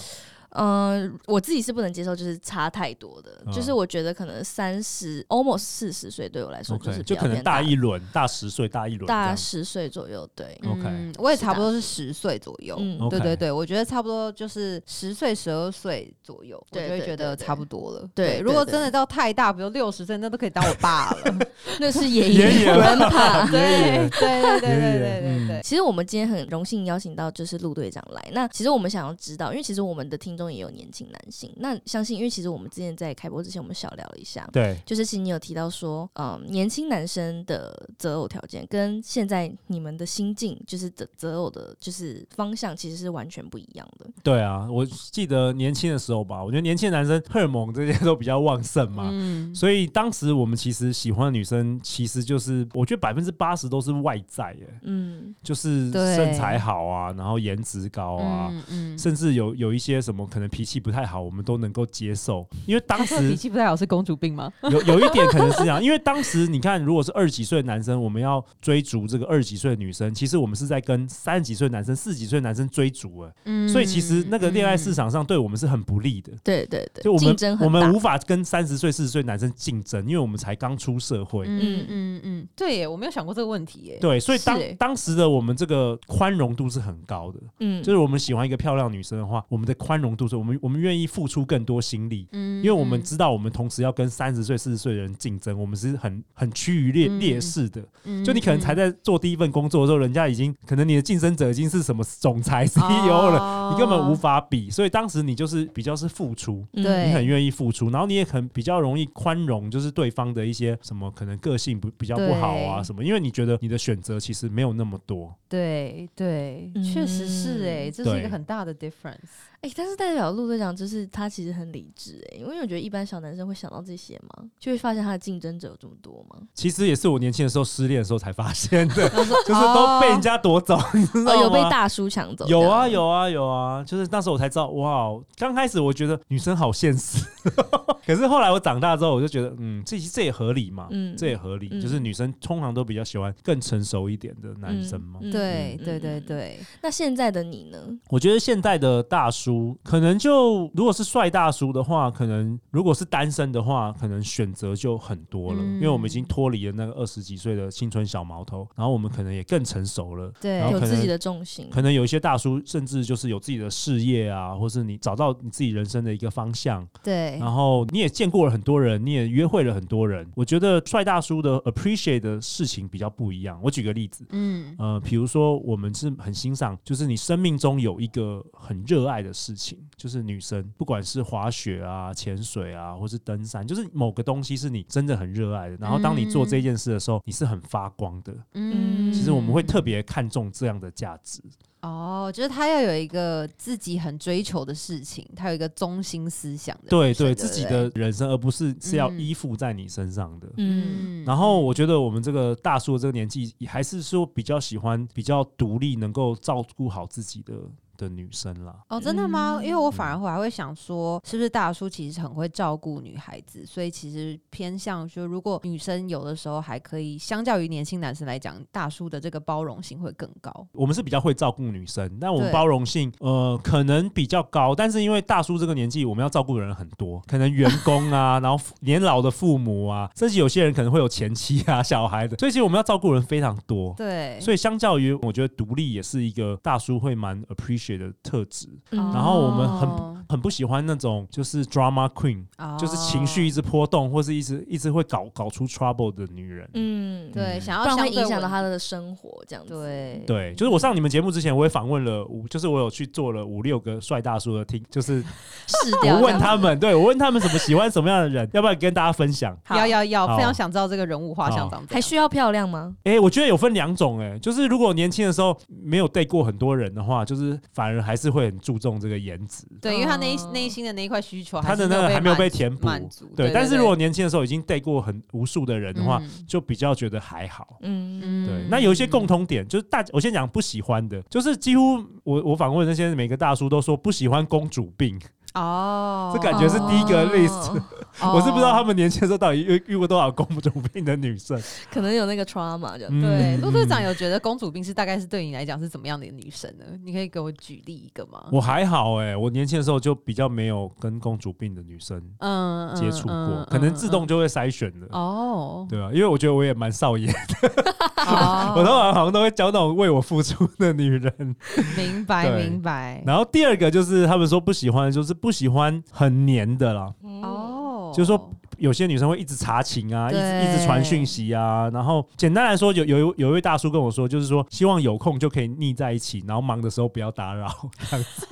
Speaker 3: 嗯、我自己是不能接受，就是差太多的，
Speaker 5: 嗯
Speaker 3: 就是我觉得可能三十 almost 四十岁对我来说
Speaker 5: OK，
Speaker 3: 是比
Speaker 5: 就
Speaker 3: 较
Speaker 5: 可能
Speaker 3: 偏大
Speaker 5: 大一轮、大十岁、大一轮这
Speaker 3: 大
Speaker 5: 样。哦
Speaker 3: 十岁左右，对，
Speaker 5: OK
Speaker 4: 嗯，我也
Speaker 3: 是
Speaker 4: 差不
Speaker 3: 大
Speaker 4: 多是十岁左右。
Speaker 3: 嗯，
Speaker 5: OK
Speaker 4: 对对对，我觉得差不多就是十岁、十二岁左右，我就
Speaker 3: 对
Speaker 4: 会
Speaker 3: 对
Speaker 4: 觉得
Speaker 3: 对对
Speaker 4: 差不多了。
Speaker 3: 对对
Speaker 4: 如果
Speaker 3: 对
Speaker 4: 真的到太大，比如六十岁，那都可以当我爸了。
Speaker 3: 那是爷
Speaker 5: 爷 爷
Speaker 3: grandpa。
Speaker 4: 对对对对对
Speaker 5: 爷
Speaker 4: 对
Speaker 5: 爷
Speaker 4: 对对，
Speaker 3: 其实我们今天很荣幸邀请到就是陆队长来。那其实我们想要知道，因为其实我们的听众也有年轻男性。那相信，因为其实我们之前在开播之前，我们小聊了一下，
Speaker 5: 对，
Speaker 3: 就是其实你有提到说，嗯，年轻男生的择偶条件跟现在你们的心境，就是择择偶的，就是方向其实是完全不一样的。
Speaker 5: 对啊，我记得年轻的时候吧，我觉得年轻的男生荷尔蒙这些都比较旺盛嘛，
Speaker 4: 嗯，
Speaker 5: 所以当时我们其实喜欢的女生，其实就是我觉得百分之八十都是外在耶，
Speaker 3: 嗯，
Speaker 5: 就是
Speaker 4: 对
Speaker 5: 身材好啊，然后颜值高啊，
Speaker 4: 嗯嗯
Speaker 5: 甚至有有一些什么可能脾气不太好，我们都能够接受，因为当
Speaker 4: 脾
Speaker 5: 时
Speaker 4: 气不太好是公主病吗？
Speaker 5: 有有一点可能是这样，因为当时你看，如果是二十几岁的男生，我们要追逐这个二十几岁的女生，其实我们是在跟三十几岁的男生、四十几岁的男生追逐哎、
Speaker 4: 嗯
Speaker 5: 所以其实那个恋爱市场上对我们是很不利的。
Speaker 3: 嗯对对对
Speaker 5: 就我
Speaker 3: 竞
Speaker 5: 们
Speaker 3: 争
Speaker 5: 我
Speaker 3: 很大
Speaker 5: 们无。法跟三十岁、四十岁男生竞争，因为我们才刚出社会。
Speaker 4: 嗯嗯嗯，对耶，我没有想过这个问题耶。
Speaker 5: 对，所以
Speaker 4: 是
Speaker 5: 当
Speaker 4: 欸
Speaker 5: 当时的我们这个宽容度是很高的，
Speaker 3: 嗯，
Speaker 5: 就是我们喜欢一个漂亮女生的话，我们的宽容度是我们我们愿意付出更多心力，
Speaker 4: 嗯，嗯
Speaker 5: 因为我们知道我们同时要跟三十岁、四十岁的人竞争，我们是很很趋于劣
Speaker 4: 嗯
Speaker 5: 劣势的。
Speaker 4: 嗯
Speaker 5: 就你可能才在做第一份工作的时候，人家已经可能你的竞争者已经是什么总
Speaker 4: 哦
Speaker 5: 裁
Speaker 4: 嗯
Speaker 5: CEO 了，
Speaker 4: 了
Speaker 5: 你根本无。法比，所以当时你就是比较是付出。
Speaker 3: 嗯
Speaker 4: 对
Speaker 5: 你很愿意付出，然后你也很比较容易宽容，就是对方的一些什么可能个性不比较不好啊
Speaker 4: 对
Speaker 5: 什么，因为你觉得你的选择其实没有那么多。
Speaker 4: 对对，确实是哎，
Speaker 3: 嗯
Speaker 4: 这是一个
Speaker 5: 对
Speaker 4: 很大的 difference。
Speaker 3: 哎、但是在代表陆队长就是他其实很理智哎、因为我觉得一般小男生会想到这些吗？就会发现他的竞争者有这么多吗？
Speaker 5: 其实也是我年轻的时候失恋的时候才发现的，就是都被人家夺走，你知道
Speaker 3: 哦，
Speaker 5: 吗？
Speaker 3: 有被大叔抢走？
Speaker 5: 有啊
Speaker 3: 这样，
Speaker 5: 有啊有啊！就是那时候我才知道，哇，哦刚开始我觉得女生好现实， 可是后来我长大之后，我就觉得，嗯，这这也合理嘛，
Speaker 3: 嗯
Speaker 5: 这也合理，
Speaker 3: 嗯
Speaker 5: 就是女生通常都比较喜欢更成熟一点的男生嘛。
Speaker 3: 嗯
Speaker 4: 对
Speaker 3: 嗯
Speaker 4: 对对
Speaker 3: 嗯
Speaker 4: 对，
Speaker 3: 那现在的你呢？
Speaker 5: 我觉得现代的大叔，可能就如果是帅大叔的话，可能如果是单身的话，可能选择就很多了，
Speaker 4: 嗯
Speaker 5: 因为我们已经脱离了那个二十几岁的青春小毛头，然后我们可能也更成熟了。
Speaker 4: 对
Speaker 5: 然后
Speaker 3: 有
Speaker 5: 可能
Speaker 3: 自己的重心，
Speaker 5: 可能有一些大叔，甚至就是有自己的事业啊，或是你找到你自己人生的一个方向，
Speaker 4: 对
Speaker 5: 然后你也见过了很多人，你也约会了很多人。我觉得帅大叔的 appreciate 的事情比较不一样。我举个例子，
Speaker 4: 嗯
Speaker 5: 呃，比如说我们是很欣赏，就是你生命中有一个很热爱的事情，就是女生，不管是滑雪啊、潜水啊，或是登山，就是某个东西是你真的很热爱的。然后当你做这件事的时候，你是很发光的。
Speaker 4: 嗯，
Speaker 5: 其实我们会特别看重这样的价值。
Speaker 4: 哦，就是他要有一个自己很追求的事情，他有一个中心思想的
Speaker 5: 对
Speaker 4: 女生对，
Speaker 5: 对，自己
Speaker 4: 不对
Speaker 5: 的人生，而不是是要
Speaker 4: 嗯
Speaker 5: 依附在你身上的。
Speaker 3: 嗯，
Speaker 5: 然后我觉得我们这个大叔的这个年纪，还是说比较喜欢比较独立，能够照顾好自己的的女生啦。
Speaker 4: 哦，真的吗？因为
Speaker 3: 嗯
Speaker 4: 我反而会还会想说，是不是大叔其实很会照顾女孩子，所以其实偏向说，如果女生有的时候还可以，相较于年轻男生来讲，大叔的这个包容性会更高。
Speaker 5: 我们是比较会照顾女生，但我们
Speaker 4: 对
Speaker 5: 包容性呃可能比较高，但是因为大叔这个年纪，我们要照顾的人很多，可能员 工啊，然后父年老的父母啊，甚至有些人可能会有前妻啊、 小孩的，所以其实我们要照顾的人非常多。
Speaker 4: 对，
Speaker 5: 所以相较于，我觉得独立也是一个大叔会蛮 appreciate 的特质，
Speaker 4: 哦
Speaker 3: 嗯
Speaker 5: 然后我们很
Speaker 4: 很、
Speaker 5: 很不喜欢那种就是 drama queen，
Speaker 4: 哦
Speaker 5: 就是情绪一直波动，或是一直一直会搞搞出 trouble 的女人。
Speaker 3: 嗯，
Speaker 4: 对，
Speaker 5: 嗯
Speaker 4: 想
Speaker 3: 不
Speaker 4: 要
Speaker 3: 然
Speaker 4: 相
Speaker 3: 会
Speaker 4: 对
Speaker 3: 影响到
Speaker 4: 稳
Speaker 3: 他的生活这样子。啊
Speaker 4: 对
Speaker 5: 对，就是我上你们节目之前，我也访问了五，就是我有去做了五六个帅大叔的听，就是
Speaker 3: 试掉这样子。
Speaker 5: 我问他们，对我问他们什么喜欢什么样的人，要不要跟大家分享？
Speaker 4: 要要要，非
Speaker 5: 好
Speaker 4: 常想知道这个人物画像
Speaker 5: 好
Speaker 4: 长怎
Speaker 3: 还
Speaker 4: 样。
Speaker 3: 需要漂亮吗？
Speaker 5: 哎、我觉得有分两种、诶，哎，就是如果年轻的时候没有对过很多人的话，就是反而还是会很注重这个颜值。
Speaker 4: 对，因为他内
Speaker 3: 哦
Speaker 4: 内心的那一块需求，
Speaker 5: 他的那个还没有被填补
Speaker 4: 满足。，
Speaker 5: 对，但是如果年轻的时候已经对过很无数的人的话，
Speaker 4: 嗯
Speaker 5: 就比较觉得还好。
Speaker 3: 嗯，
Speaker 5: 对，那有一些共通点，就是大我先讲不喜欢的，就是几乎我我访问那些每个大叔都说不喜欢公主病，
Speaker 4: 哦，
Speaker 5: 这感觉是第一个 list
Speaker 3: 哦
Speaker 5: 我是不知道他
Speaker 4: 们。
Speaker 5: 们年轻的时候到底遇遇过多少公主病的女生。
Speaker 3: 可能有那个 trauma 这样。
Speaker 4: 对，
Speaker 5: 嗯
Speaker 4: 陆队长有觉得公主病是大概是对你来讲是怎么样的女生呢？你可以给我举例一个吗？
Speaker 5: 我还好哎、我年轻的时候就比较没有跟公主病的女生
Speaker 4: 嗯
Speaker 5: 接触过，可能自动就会筛选了。
Speaker 4: 哦，
Speaker 5: 对啊，因为我觉得我也蛮少爷， 我
Speaker 4: 我
Speaker 5: 通常好像都会交那种为我付出的女 人。
Speaker 4: 明白
Speaker 5: 对
Speaker 4: 明白
Speaker 5: 然后第二个就是他们说不喜欢，就是不喜欢很黏的啦，
Speaker 3: 哦，
Speaker 4: 哦，
Speaker 5: 就是说有些女生会一直查情啊，一直
Speaker 4: 对
Speaker 5: 一直传讯息啊。然后简单来说，有有有一位大叔跟我说，就是说希望有空就可以腻在一起，然后忙的时候不要打扰。 这样子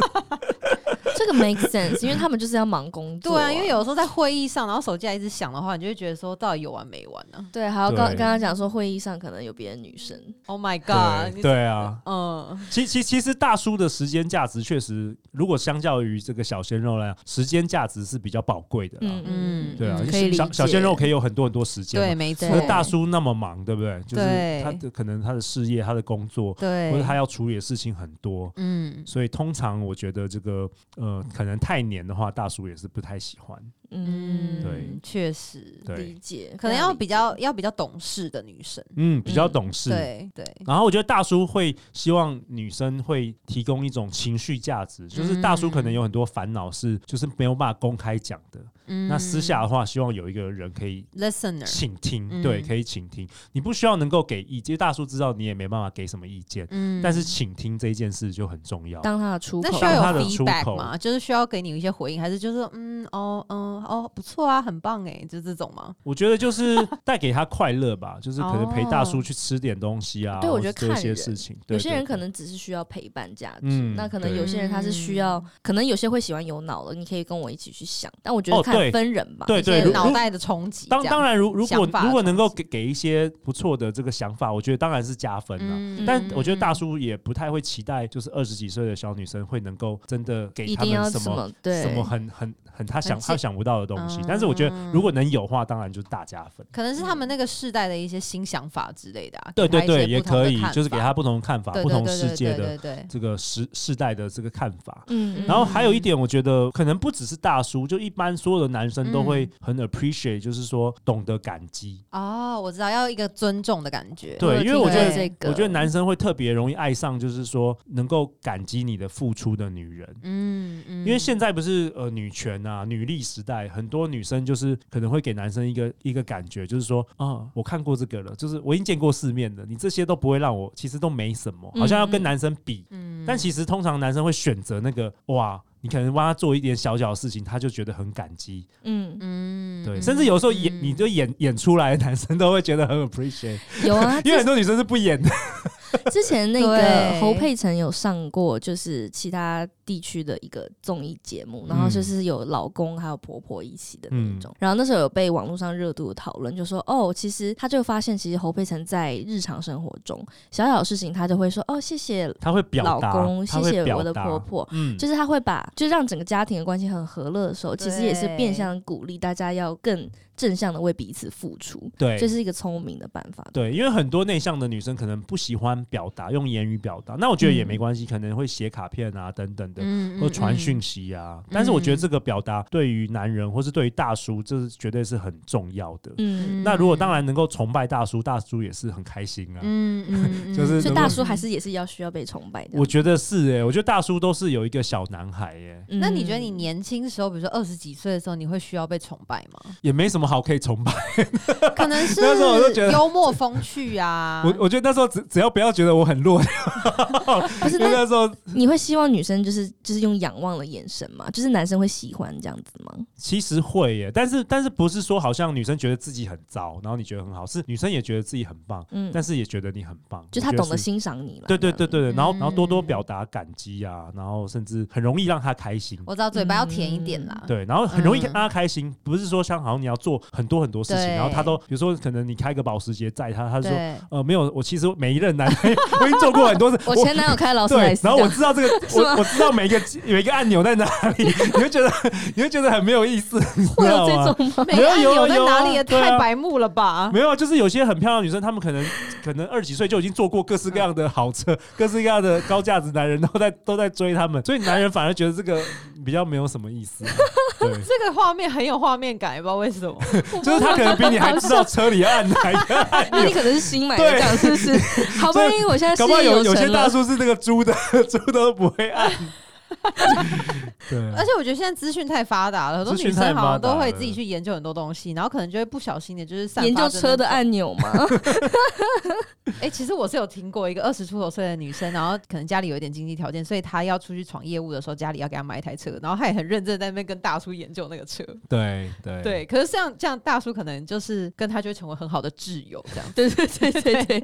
Speaker 3: 这个 make sense，因为他们就是要忙工作。
Speaker 4: 对啊，因为有的时候在会议上，然后手机还一直响的话，你就会觉得说到底有完没完呢
Speaker 3: 对，还要跟
Speaker 5: 对
Speaker 3: 跟他讲说会议上可能有别的女生。
Speaker 4: ？Oh my god！
Speaker 5: 对
Speaker 4: 你
Speaker 5: 对啊，
Speaker 4: 嗯，
Speaker 5: 其其其实大叔的时间价值确实，如果相较于这个小鲜肉来讲，时间价值是比较宝贵的啦。
Speaker 4: 嗯
Speaker 5: 对啊，
Speaker 3: 可以理
Speaker 5: 小小鲜肉可
Speaker 3: 以。
Speaker 5: 以有很多很多时间嘛。
Speaker 4: 对，没错
Speaker 5: 可，是大叔那么忙，对不对？就是
Speaker 4: 对
Speaker 5: 他的可能他的事业、他的工作，
Speaker 4: 对，
Speaker 5: 或者他要处理的事情很多，
Speaker 4: 嗯，
Speaker 5: 所以通常我觉得这个呃，可能太黏的话，大叔也是不太喜欢。
Speaker 3: 嗯，
Speaker 5: 对，
Speaker 4: 确实，
Speaker 5: 对
Speaker 3: 理，解，
Speaker 4: 可能要比
Speaker 3: 非常
Speaker 4: 较
Speaker 3: 理
Speaker 4: 要比较懂事的女生，
Speaker 5: 嗯，比较
Speaker 4: 嗯
Speaker 5: 懂事。
Speaker 4: 对对，
Speaker 5: 然后我觉得大叔会希望女生会提供一种情绪价值，就是大叔可
Speaker 3: 嗯
Speaker 5: 能有很多烦恼是就是没有办法公开讲的，那私下的话，希望有一个人可以
Speaker 4: 嗯 listener，
Speaker 5: 倾听，
Speaker 4: 嗯
Speaker 5: 对，可以倾听。你不需要能够给意见，大叔知道你也没办法给什么意见，
Speaker 4: 嗯
Speaker 5: 但是倾听这件事就很重要。
Speaker 3: 当他的出
Speaker 4: 那
Speaker 3: 口
Speaker 4: 需。要
Speaker 5: 当他
Speaker 4: 有
Speaker 5: 的出
Speaker 4: feedback
Speaker 5: 口
Speaker 4: 吗？就是需要给你一些回应，还是就是说嗯嗯哦嗯哦不错啊，很棒哎，就这种吗？
Speaker 5: 我觉得就是带给他快乐吧，就是可能陪大叔去吃点东西啊，
Speaker 3: 哦对我
Speaker 5: 或
Speaker 3: 觉
Speaker 5: 是
Speaker 3: 得
Speaker 5: 做一
Speaker 3: 看
Speaker 5: 些
Speaker 3: 人
Speaker 5: 事情。对
Speaker 3: 有些
Speaker 5: 对
Speaker 3: 人可
Speaker 5: 对
Speaker 3: 能只是需要陪伴价值，
Speaker 5: 嗯
Speaker 3: 那可能
Speaker 5: 对
Speaker 3: 有些人他是需要，可能有些会喜欢有脑的，你可以跟我一起去想。但我觉得
Speaker 5: 哦
Speaker 3: 看
Speaker 5: 对
Speaker 3: 分人吧，
Speaker 5: 对
Speaker 3: 有些
Speaker 5: 对
Speaker 3: 人
Speaker 5: 如
Speaker 4: 脑袋的冲击这
Speaker 5: 当
Speaker 4: 样，
Speaker 5: 当然，如如果
Speaker 4: 想法
Speaker 5: 如果
Speaker 4: 冲
Speaker 5: 能够
Speaker 4: 击
Speaker 5: 给给一些不错的这个想法，我觉得当然是加分了、
Speaker 4: 嗯
Speaker 5: 但我觉得大
Speaker 4: 嗯
Speaker 5: 叔也不太会期待，就是二十几岁的小女生会能够真的给
Speaker 3: 一
Speaker 5: 他
Speaker 3: 定
Speaker 5: 们
Speaker 3: 要
Speaker 5: 什
Speaker 3: 什
Speaker 5: 么
Speaker 3: 么对
Speaker 5: 什么很很很他想
Speaker 4: 很嗯
Speaker 5: 他
Speaker 4: 简
Speaker 5: 想不到的东西。但是我觉得如果能有的话，当然就是大加分。
Speaker 4: 可能是他们那个世代的一些新想法之类的、啊，
Speaker 5: 对
Speaker 4: 给
Speaker 5: 对
Speaker 4: 他一些
Speaker 5: 对，也
Speaker 4: 不同的
Speaker 5: 可以
Speaker 4: 看，
Speaker 5: 就是给
Speaker 4: 法
Speaker 5: 他不同的看法，
Speaker 4: 对
Speaker 5: 不
Speaker 4: 对
Speaker 5: 同
Speaker 4: 对
Speaker 5: 世
Speaker 4: 对
Speaker 5: 界
Speaker 4: 对
Speaker 5: 的
Speaker 4: 对对
Speaker 5: 这个时世代的这个看法。
Speaker 3: 嗯，
Speaker 5: 然后还有一点，我觉
Speaker 4: 嗯
Speaker 5: 得可能不只是大叔，就一般所有的男生都会很 appreciate，就是说懂得感激。
Speaker 4: 哦，我知道要一个尊重的感觉，
Speaker 5: 对，
Speaker 3: 有
Speaker 5: 因为我
Speaker 3: 听
Speaker 5: 觉得
Speaker 3: 过这个
Speaker 5: 我觉得男生会特别容易爱上，就是说能够感激你的付出的女人。
Speaker 4: 嗯嗯
Speaker 5: 因为现在不是呃女权啊、女力时代，很多女生就是可能会给男生一个一个感觉，就是说
Speaker 3: 嗯
Speaker 5: 啊，我看过这个了，就是哦我已经见过世面了，你这些都不会让我，其实都没什
Speaker 3: 嗯
Speaker 5: 么，好像要跟男生比，
Speaker 4: 嗯
Speaker 5: 但其实通常男生会选择那个哇，你可能帮他做一点小小的事情，他就觉得很感激，
Speaker 3: 嗯，
Speaker 4: 嗯
Speaker 5: 对，
Speaker 4: 嗯
Speaker 5: 甚至有时候演、
Speaker 4: 嗯
Speaker 5: 你就演演出来，男生都会觉得很 appreciate，
Speaker 3: 有啊，
Speaker 5: 因为很
Speaker 3: 之
Speaker 5: 多女生是不演 的，
Speaker 3: 之前那个
Speaker 4: 对
Speaker 3: 侯佩岑有上过，就是其他地区的一个综艺节目，然后
Speaker 5: 嗯
Speaker 3: 就是有老公还有婆婆一起的那一种。然后那时候有被网络上热度的讨论，就说哦，其实他就发现，其实侯佩岑在日常生活中小小的事情，他就会说哦，谢谢
Speaker 5: 他会表
Speaker 3: 老
Speaker 5: 达，
Speaker 3: 公，
Speaker 5: 他
Speaker 3: 谢
Speaker 5: 会
Speaker 3: 谢
Speaker 5: 表
Speaker 3: 我的
Speaker 5: 达
Speaker 3: 婆婆。
Speaker 5: 嗯，
Speaker 3: 就是他会把，就让整个家庭的关系很和乐的时候，其实也是
Speaker 4: 对
Speaker 3: 变相鼓励大家要更正向的为彼此付出，
Speaker 5: 对，
Speaker 3: 这是一个聪明的办法。
Speaker 5: 对，因为很多内向的女生可能不喜欢表达，用言语表达，那我觉得也没关系，可能会写卡片啊等等的，
Speaker 4: 嗯
Speaker 5: 或传讯，息啊。但是我觉得这个表达对于男人或是对于大叔，这是绝对是很重要的。
Speaker 3: 嗯，
Speaker 5: 那如果当然能够崇拜大叔，大叔也是很开心啊。
Speaker 4: 嗯嗯， 嗯
Speaker 5: 就
Speaker 3: 所
Speaker 5: 是如
Speaker 3: 以
Speaker 5: 果
Speaker 3: 大叔还是也是要需要被崇拜的。
Speaker 5: 我觉得是哎、我觉得大叔都是有一个小男孩欸耶、
Speaker 3: 嗯
Speaker 4: 那你觉得你年轻时候，比如说二十几岁的时候，你会需要被崇拜 吗？
Speaker 5: 也没什么好可以崇拜。
Speaker 4: 可能是
Speaker 5: 那时候我就觉得，
Speaker 4: 幽默风趣啊
Speaker 5: 我我觉得那时候只只要不要觉得我很弱，
Speaker 3: 不是
Speaker 5: 因为
Speaker 3: 那
Speaker 5: 那时候
Speaker 3: 你会希望女生就是就是用仰望的眼神吗？就是男生会喜欢这样子吗？
Speaker 5: 其实会耶、但是但是不是说好像女生觉得自己很糟，然后你觉得很好，是女生也觉得自己很棒，
Speaker 3: 嗯，
Speaker 5: 但是也觉得你很棒，
Speaker 3: 就
Speaker 5: 我
Speaker 3: 他
Speaker 5: 觉得
Speaker 3: 懂得
Speaker 5: 是。
Speaker 3: 欣赏你了。
Speaker 5: 对对对
Speaker 3: 这样
Speaker 5: 对对，然后然后多多
Speaker 4: 嗯
Speaker 5: 表达感激啊，然后甚至很容易让他开心，
Speaker 4: 我知道嘴巴要甜一点啦，
Speaker 5: 对，然后很容易
Speaker 4: 嗯
Speaker 5: 让他开心，不是说像好像你要做很多很多事情，
Speaker 4: 对
Speaker 5: 然后他都比如说可能你开个保时捷载他，他就说
Speaker 4: 对，
Speaker 5: 呃没有，我其实每一任男朋友 我已经做过很多次，
Speaker 3: 我前男友开劳斯莱
Speaker 5: 对，
Speaker 3: 斯这
Speaker 5: 然
Speaker 3: 样，
Speaker 5: 后我知道这 个，
Speaker 3: 是吗
Speaker 5: 我我知道每一个有一个按钮在哪里，你会觉得你会觉得很没有意思，你知
Speaker 3: 会有啊
Speaker 5: 道吗？
Speaker 3: 这种吗？
Speaker 4: 每个按钮哎在哪里
Speaker 5: 有啊有啊
Speaker 4: 也
Speaker 5: 对啊
Speaker 4: 太白目了吧？
Speaker 5: 没有啊，就是有些很漂亮的女生，她们可能 可能二十几岁就已经坐过各式各样的豪车，各式各样的高价值男人，都在都在追她们，所以男人反而觉得这个比较没有什么意思。啊对，
Speaker 4: 这个画面很有画面感，也不知道为什 么。
Speaker 5: 就是他可能比你还知道车里按 哪一个按
Speaker 3: 那你
Speaker 5: 钮。
Speaker 3: 可能是新买的
Speaker 5: 对
Speaker 3: 这样，是不 是？好不容易我现在事
Speaker 5: 搞不好
Speaker 3: 业
Speaker 5: 有有
Speaker 3: 成
Speaker 5: 些
Speaker 3: 了
Speaker 5: 大，叔是这个猪的， 猪都不会按。对，
Speaker 4: 而且我觉得现在资讯太发达了，很多
Speaker 5: 资讯
Speaker 4: 女
Speaker 5: 太
Speaker 4: 生好
Speaker 5: 发
Speaker 4: 像
Speaker 5: 达
Speaker 4: 都会
Speaker 5: 了
Speaker 4: 自己去研究很多东西，然后可能就会不小心的，就是散发
Speaker 3: 研究
Speaker 4: 着
Speaker 3: 车的
Speaker 4: 那种。
Speaker 3: 按钮嘛，
Speaker 4: 哎、其实我是有听过一个二十出头岁的女生，然后可能家里有一点经济条件，所以她要出去闯业务的时候，家里要给她买一台车，然后她也很认真在那边跟大叔研究那个车。
Speaker 5: 对对
Speaker 4: 对，可是像这样大叔可能就是跟他就会成为很好的挚友这样。
Speaker 3: 对对对 对对，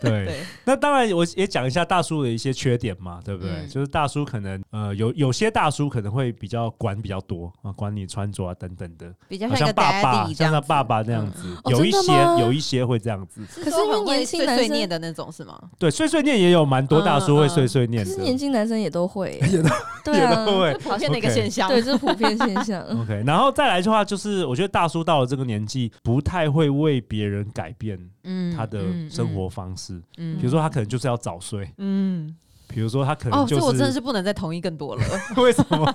Speaker 5: 对。
Speaker 4: 对，
Speaker 5: 那当然，我也讲一下大叔的一些缺点嘛，对不对？
Speaker 4: 嗯
Speaker 5: 就是大叔可能呃有有些大叔可能会比较管比较多啊，管你穿着啊等等的，
Speaker 4: 比较
Speaker 5: 好
Speaker 4: 一个
Speaker 5: 像爸爸
Speaker 4: daddy 这样
Speaker 5: 像他
Speaker 4: 子。嗯
Speaker 5: 爸爸那样子，
Speaker 3: 哦
Speaker 5: 有一
Speaker 3: 真的
Speaker 5: 些
Speaker 3: 吗
Speaker 5: 有一些会这样子。
Speaker 4: 可
Speaker 3: 可是因为年轻男
Speaker 4: 碎
Speaker 3: 生
Speaker 4: 念的那种是吗？
Speaker 5: 对，碎碎念也有蛮多大叔
Speaker 4: 嗯
Speaker 5: 会
Speaker 4: 嗯
Speaker 5: 碎碎念
Speaker 3: 可
Speaker 5: 的，
Speaker 3: 是年轻男生也都 会，也
Speaker 5: 都
Speaker 3: 对
Speaker 5: 也
Speaker 3: 啊，
Speaker 5: 都会
Speaker 4: 这普遍的一个
Speaker 5: OK
Speaker 4: 现象。
Speaker 3: 对，这是普遍现
Speaker 4: 嗯
Speaker 3: 象。
Speaker 5: OK，然后再来的话，就是我觉得大叔到了这个年纪，不太会为别人改变
Speaker 4: 嗯
Speaker 5: 他的
Speaker 4: 嗯
Speaker 5: 生活方式。
Speaker 4: 嗯
Speaker 5: 比如说，他可能就是要早睡，
Speaker 4: 嗯，
Speaker 5: 比如说他可
Speaker 4: 哦
Speaker 5: 能，
Speaker 4: 这
Speaker 5: 就是、
Speaker 4: 我真的是不能再同意更 多了
Speaker 5: 为什么？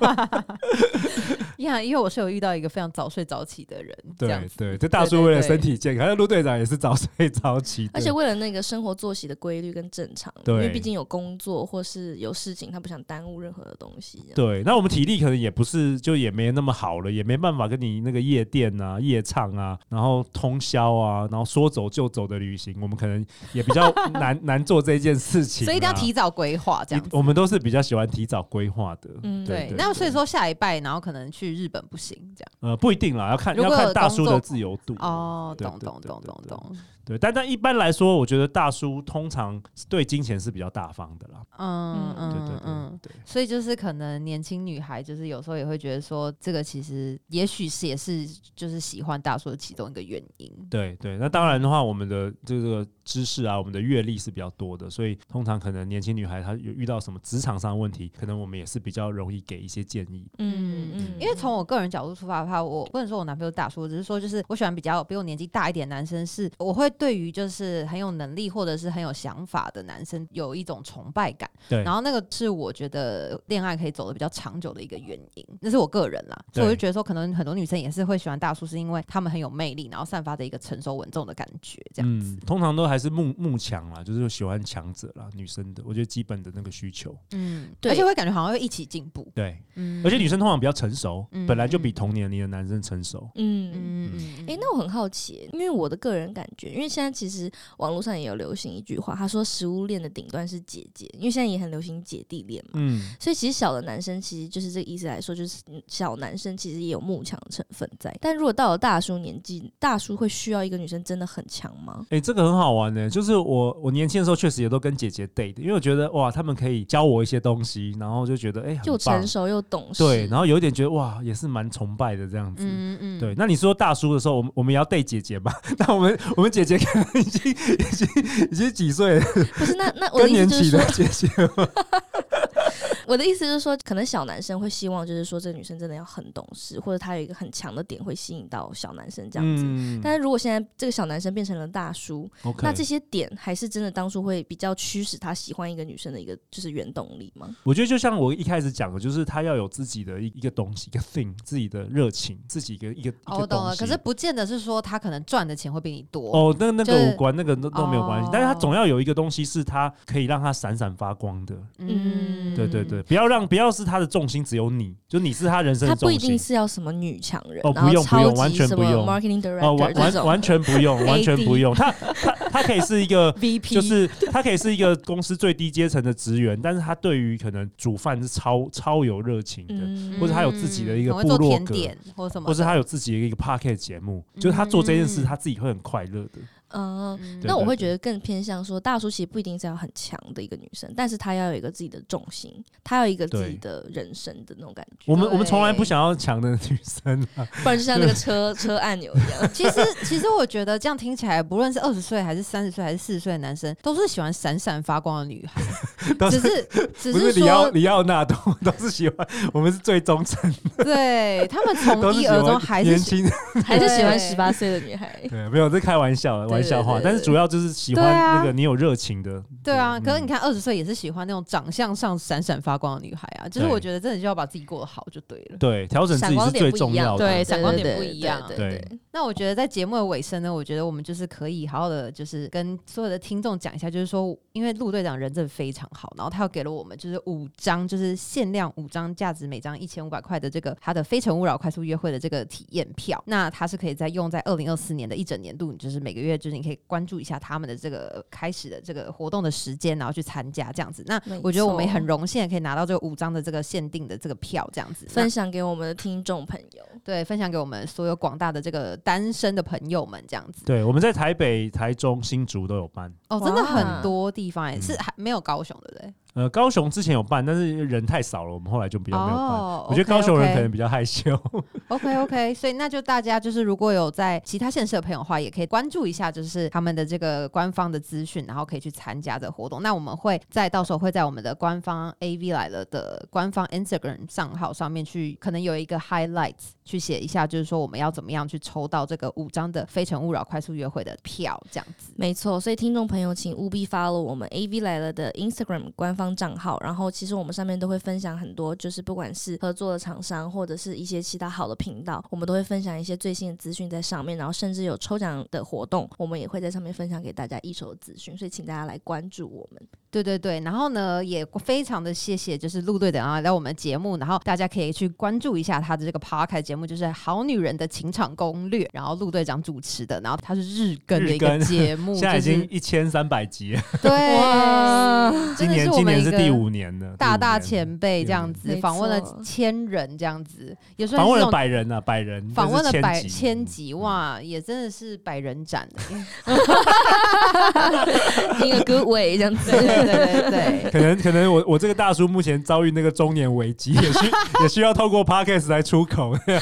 Speaker 4: 呀因为我是有遇到一个非常早睡早起的人， 这样
Speaker 5: 对
Speaker 4: 子
Speaker 5: 对，这大叔为了身体健康，那陆队长也是早睡早起的，
Speaker 3: 而且为了那个生活作息的规律跟正常，
Speaker 5: 对
Speaker 3: 因为毕竟有工作或是有事情，他不想耽误任何的东西。这样，
Speaker 5: 对，那我们体力可能也不是，就也没那么好了，也没办法跟你那个夜店 啊、夜唱啊，然后通宵啊，然后说走就走的旅行，我们可能也比较难难做这件事情啊、
Speaker 4: 所以一定要提早规划这样
Speaker 5: 一
Speaker 4: 子。
Speaker 5: 我们都是比较喜欢提早规划的，
Speaker 3: 嗯
Speaker 5: 对
Speaker 4: 对，那所以
Speaker 5: 对
Speaker 4: 说下礼拜，然后可能去去日本不行这样。
Speaker 5: 呃，不一定啦，要看
Speaker 4: 如
Speaker 5: 要
Speaker 4: 果
Speaker 5: 看
Speaker 4: 有
Speaker 5: 大
Speaker 4: 工
Speaker 5: 叔的
Speaker 4: 作
Speaker 5: 自由度。
Speaker 4: 哦，
Speaker 5: 对
Speaker 4: 懂
Speaker 5: 对
Speaker 4: 懂
Speaker 5: 对
Speaker 4: 懂
Speaker 5: 对
Speaker 4: 懂
Speaker 5: 对
Speaker 4: 懂，
Speaker 5: 对，但但一般来说，我觉得大叔通常对金钱是比较大方的啦。
Speaker 4: 嗯
Speaker 5: 对
Speaker 4: 嗯
Speaker 5: 对
Speaker 4: 嗯
Speaker 5: 对。对，
Speaker 4: 所以就是可能年轻女孩，就是有时候也会觉得说，这个其实也许是也是就是喜欢大叔的其中一个原因。
Speaker 5: 对对，那当然的话，我们的这个知识啊，我们的阅历是比较多的，所以通常可能年轻女孩她有遇到什么职场上的问题，可能我们也是比较容易给一些建议。
Speaker 3: 嗯
Speaker 4: 嗯，因为从我个人角度出发的话，我不能说我男朋友是大叔，只是说就是我喜欢比较比我年纪大一点的男生是，我会对于就是很有能力或者是很有想法的男生有一种崇拜感，
Speaker 5: 对，
Speaker 4: 然后那个是我觉得恋爱可以走的比较长久的一个原因，那是我个人啦，
Speaker 5: 对
Speaker 4: 所以我就觉得说，可能很多女生也是会喜欢大叔，是因为他们很有魅力，然后散发着一个成熟稳重的感觉，这样子
Speaker 5: 嗯，。通常都还是慕慕强啦，就是喜欢强者啦，女生的，我觉得基本的那个需求。
Speaker 4: 嗯，
Speaker 3: 对
Speaker 4: 而且会感觉好像会一起进步，
Speaker 5: 对，
Speaker 4: 嗯
Speaker 5: 而且女生通常比较成熟，
Speaker 4: 嗯
Speaker 5: 本来就比同年龄的男生成熟。
Speaker 3: 嗯嗯
Speaker 4: 嗯嗯，
Speaker 3: 诶，那我很好奇，因为我的个人感觉，因为现在其实网络上也有流行一句话，他说食物链的顶端是姐姐，因为现在也很流行姐弟恋嘛。
Speaker 5: 嗯，
Speaker 3: 所以其实小的男生其实就是这个意思来说，就是嗯小男生其实也有慕强的成分在。但如果到了大叔年纪，大叔会需要一个女生真的很强吗？
Speaker 5: 哎、这个很好玩呢、就是我我年轻的时候确实也都跟姐姐 date，因为我觉得哇，他们可以教我一些东西，然后就觉得哎、很
Speaker 3: 又
Speaker 5: 棒
Speaker 3: 成，熟又懂事，
Speaker 5: 对，然后有一点觉得哇，也是蛮崇拜的这样子。
Speaker 4: 嗯嗯
Speaker 5: 对，那你说大叔的时候，我们我们也要 date 姐姐吧？那我们我们姐姐可能已经已经已经几岁了，
Speaker 3: 不是那那 我的意
Speaker 5: 更
Speaker 3: 思
Speaker 5: 年
Speaker 3: 就是
Speaker 5: 期
Speaker 3: 说
Speaker 5: 的，姐姐吗
Speaker 3: 我的意思就是说，可能小男生会希望，就是说这个女生真的要很懂事，或者她有一个很强的点会吸引到小男 生这样子。
Speaker 5: 嗯
Speaker 3: 但是如果现在这个小男生变成了大叔，
Speaker 5: OK，
Speaker 3: 那这些点还是真的当初会比较驱使他喜欢一个女生的一个就是原动力吗？
Speaker 5: 我觉得就像我一开始讲的，就是他要有自己的一一个东西，一个 thing，自己的热情，自己一个一个。
Speaker 4: 哦，
Speaker 5: 一个
Speaker 4: 我懂了。
Speaker 5: 东西
Speaker 4: 可是不见得是说他可能赚的钱会比你多，
Speaker 5: 哦，那那
Speaker 4: 就
Speaker 5: 个
Speaker 4: 是
Speaker 5: 无关，那个都都没有关系
Speaker 4: 哦，
Speaker 5: 但是他总要有一个东西是他可以让他闪闪发光的。
Speaker 3: 嗯
Speaker 5: 对对对，，不要让不要是他的重心只有你，就你是他人生
Speaker 3: 他
Speaker 5: 的
Speaker 3: 不
Speaker 5: 重
Speaker 3: 一定
Speaker 5: 心。
Speaker 3: 是要什么女强人，
Speaker 5: 哦
Speaker 3: 然后
Speaker 5: 不用不
Speaker 3: 超
Speaker 5: 用
Speaker 3: 级
Speaker 5: 完全
Speaker 3: 什
Speaker 5: 不
Speaker 3: 么
Speaker 5: 用
Speaker 3: marketing
Speaker 5: 哦，完
Speaker 3: director 这
Speaker 5: 完
Speaker 3: 种。
Speaker 5: 完全不 用，完全
Speaker 3: AD
Speaker 5: 不用。他他他可以是一个
Speaker 4: VP
Speaker 5: 就是他可以是一个公司最低阶层的职员，但是他对于可能煮饭是超超有热情的，
Speaker 3: 嗯
Speaker 5: 或者他有自己的一个
Speaker 4: 嗯很会做
Speaker 5: 部落
Speaker 4: 甜
Speaker 5: 格
Speaker 4: 点或什么的，
Speaker 5: 或是他有自己的一个 p o c k e t 节目，就是他做这件事，他自己会很快乐的。
Speaker 3: 嗯，
Speaker 4: 嗯
Speaker 3: 那我会觉得
Speaker 5: 得
Speaker 3: 更偏向说，大叔其实不一定是要很强的一个女生，但是她要有一个自己的重心，她要有一个自己
Speaker 5: 对
Speaker 3: 的人生的那种感觉。
Speaker 5: 我们我们从来
Speaker 4: 对
Speaker 5: 不想要强的女生啊，
Speaker 3: 不然就像那个车车按钮一 样。
Speaker 4: 其实， 其实我觉得这样听起来，不论是二十岁还是三十岁还是四十岁的男生，都是喜欢闪闪发光的女 孩，
Speaker 5: 都
Speaker 4: 只
Speaker 5: 是
Speaker 4: 是只
Speaker 5: 不是里奥
Speaker 4: 说，
Speaker 5: 里奥纳多都是喜欢，我们是最忠诚，
Speaker 4: 对他们 从
Speaker 5: 都是
Speaker 4: 一
Speaker 5: 喜
Speaker 4: 而终
Speaker 5: 欢
Speaker 4: 还
Speaker 5: 年
Speaker 4: 是喜
Speaker 5: 轻的。
Speaker 3: 还是喜欢
Speaker 4: 对
Speaker 3: 十八岁的女孩。
Speaker 5: 对，没有这开玩笑的
Speaker 3: 对
Speaker 5: 玩笑话
Speaker 3: 对，对
Speaker 5: 但是
Speaker 3: 对
Speaker 5: 主要就是喜欢
Speaker 4: 对啊
Speaker 5: 那个你有热情的。
Speaker 4: 对啊。可是你
Speaker 5: 嗯
Speaker 4: 看，二十岁也是喜欢那种长相上闪闪发光的女孩啊，就是
Speaker 5: 对
Speaker 4: 我觉得真的就要把自己过得好就对了。
Speaker 5: 对，调整自己是最重要
Speaker 4: 对
Speaker 5: 的。
Speaker 4: 闪光点不一样
Speaker 3: 对
Speaker 5: 对
Speaker 3: 对
Speaker 4: 那我觉得在节目的尾声呢，我觉得我们就是可以好好的，就是跟所有的听众讲一下，就是说，因为陆队长人真的非常好，然后他又给了我们就是五张，就是限量五张，价值每张一千五百块的这个他的《非诚勿扰》快速约会的这个体验票。那它是可以在用在二零二四年的一整年度，你就是每个月就是你可以关注一下他们的这个开始的这个活动的时间，然后去参加这样子。那
Speaker 3: 没
Speaker 4: 我觉得我们也
Speaker 3: 错
Speaker 4: 很荣幸可以拿到这个五张的这个限定的这个票，这样子那
Speaker 3: 分享给我们的听众朋友。
Speaker 4: 对，分享给我们所有广大的这个单身的朋友们，这样子。
Speaker 5: 对，我们在台北、台中、新竹都有办。
Speaker 4: 哦，真的
Speaker 3: 哇
Speaker 4: 很多地方哎、
Speaker 5: 嗯
Speaker 4: 是还没有高雄，对不对？
Speaker 5: 呃，高雄之前有办，但是人太少了，我们后来就比较没有办。
Speaker 4: 哦
Speaker 5: 我觉得高雄人可
Speaker 4: OK，OK
Speaker 5: 能比较害羞。
Speaker 4: OK OK，所以那就大家就是如果有在其他县市的朋友的话，也可以关注一下，就是他们的这个官方的资讯，然后可以去参加这个活动。那我们会在到时候会在我们的官方 AV 来了的官方 Instagram 账号上面去，可能有一个 highlights 去写一下，就是说我们要怎么样去抽到这个五张的《非诚勿扰》快速约会的票，这样子。
Speaker 3: 没错，所以听众朋友请务必 follow 我们 AV 来了的 Instagram 官方账号。然后其实我们上面都会分享很多，就是不管是合作的厂商或者是一些其他好的频道，我们都会分享一些最新的资讯在上面，然后甚至有抽奖的活动，我们也会在上面分享给大家一手资讯，所以请大家来关注我 们。
Speaker 4: 对对对，然后呢，也非常的谢谢，就是陆队长啊来我们节目，然后大家可以去关注一下他的这个 podcast 节目，就是《好女人的情场攻略》，然后陆队长主持的，然后他是日更的一
Speaker 5: 日
Speaker 4: 个
Speaker 5: 更
Speaker 4: 节目，
Speaker 5: 现在已经
Speaker 4: 嗯就是
Speaker 5: 一千三百集了，
Speaker 4: 对，真
Speaker 5: 今
Speaker 4: 的
Speaker 5: 年
Speaker 4: 是我
Speaker 5: 今
Speaker 4: 们
Speaker 5: 年
Speaker 4: 一
Speaker 5: 是
Speaker 4: 个
Speaker 5: 第五年了，
Speaker 4: 大
Speaker 5: 第五
Speaker 4: 大
Speaker 5: 年
Speaker 4: 前辈这样
Speaker 3: 没
Speaker 4: 子，
Speaker 3: 错
Speaker 4: 访问了千人这样子，也算
Speaker 5: 访
Speaker 4: 是
Speaker 5: 问
Speaker 4: 这
Speaker 5: 了
Speaker 4: 种
Speaker 5: 百人啊，百人
Speaker 4: 访问了
Speaker 5: 就是
Speaker 4: 百
Speaker 5: 集嗯
Speaker 4: 千集，哇，也真的是百人斩欸的，
Speaker 3: In a good way，这样子。
Speaker 4: 对对对对
Speaker 5: 可能可能我我这个大叔目前遭遇那个中年危 机，也需也需要透过 podcast 来出口。
Speaker 4: 对，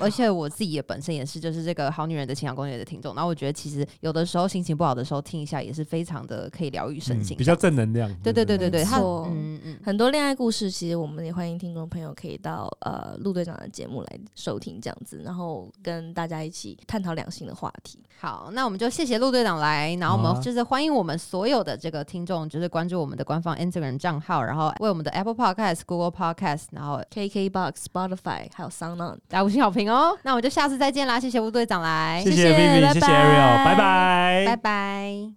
Speaker 4: 而且我自己也本身也是就是这个《好女人的情感攻略》的听众，然后我觉得其实有的时候心情不好的时候听一下也是非常的可以疗愈身心，
Speaker 5: 嗯比较正能量。
Speaker 4: 对对对对对，
Speaker 3: 没
Speaker 4: 他
Speaker 3: 错
Speaker 4: 嗯嗯。
Speaker 3: 很多恋爱故事，其实我们也欢迎听众朋友可以到呃陆队长的节目来收听，这样子，然后跟大家一起探讨两性的话题。
Speaker 4: 好，那我们就谢谢陆队长来，然后我
Speaker 5: 好
Speaker 4: 们
Speaker 5: 啊
Speaker 4: 就是欢迎我们所有的这个听众，就是关注我们的官方 Instagram 账号，然后为我们的 Apple Podcast、Google Podcast，然后
Speaker 3: KKBox、Spotify 还有 SoundOn，
Speaker 4: 打五星好评哦。那我们就下次再见啦，谢谢陆队长来，
Speaker 5: 谢谢 Vivi，谢谢 Ariel，拜拜
Speaker 4: 拜拜。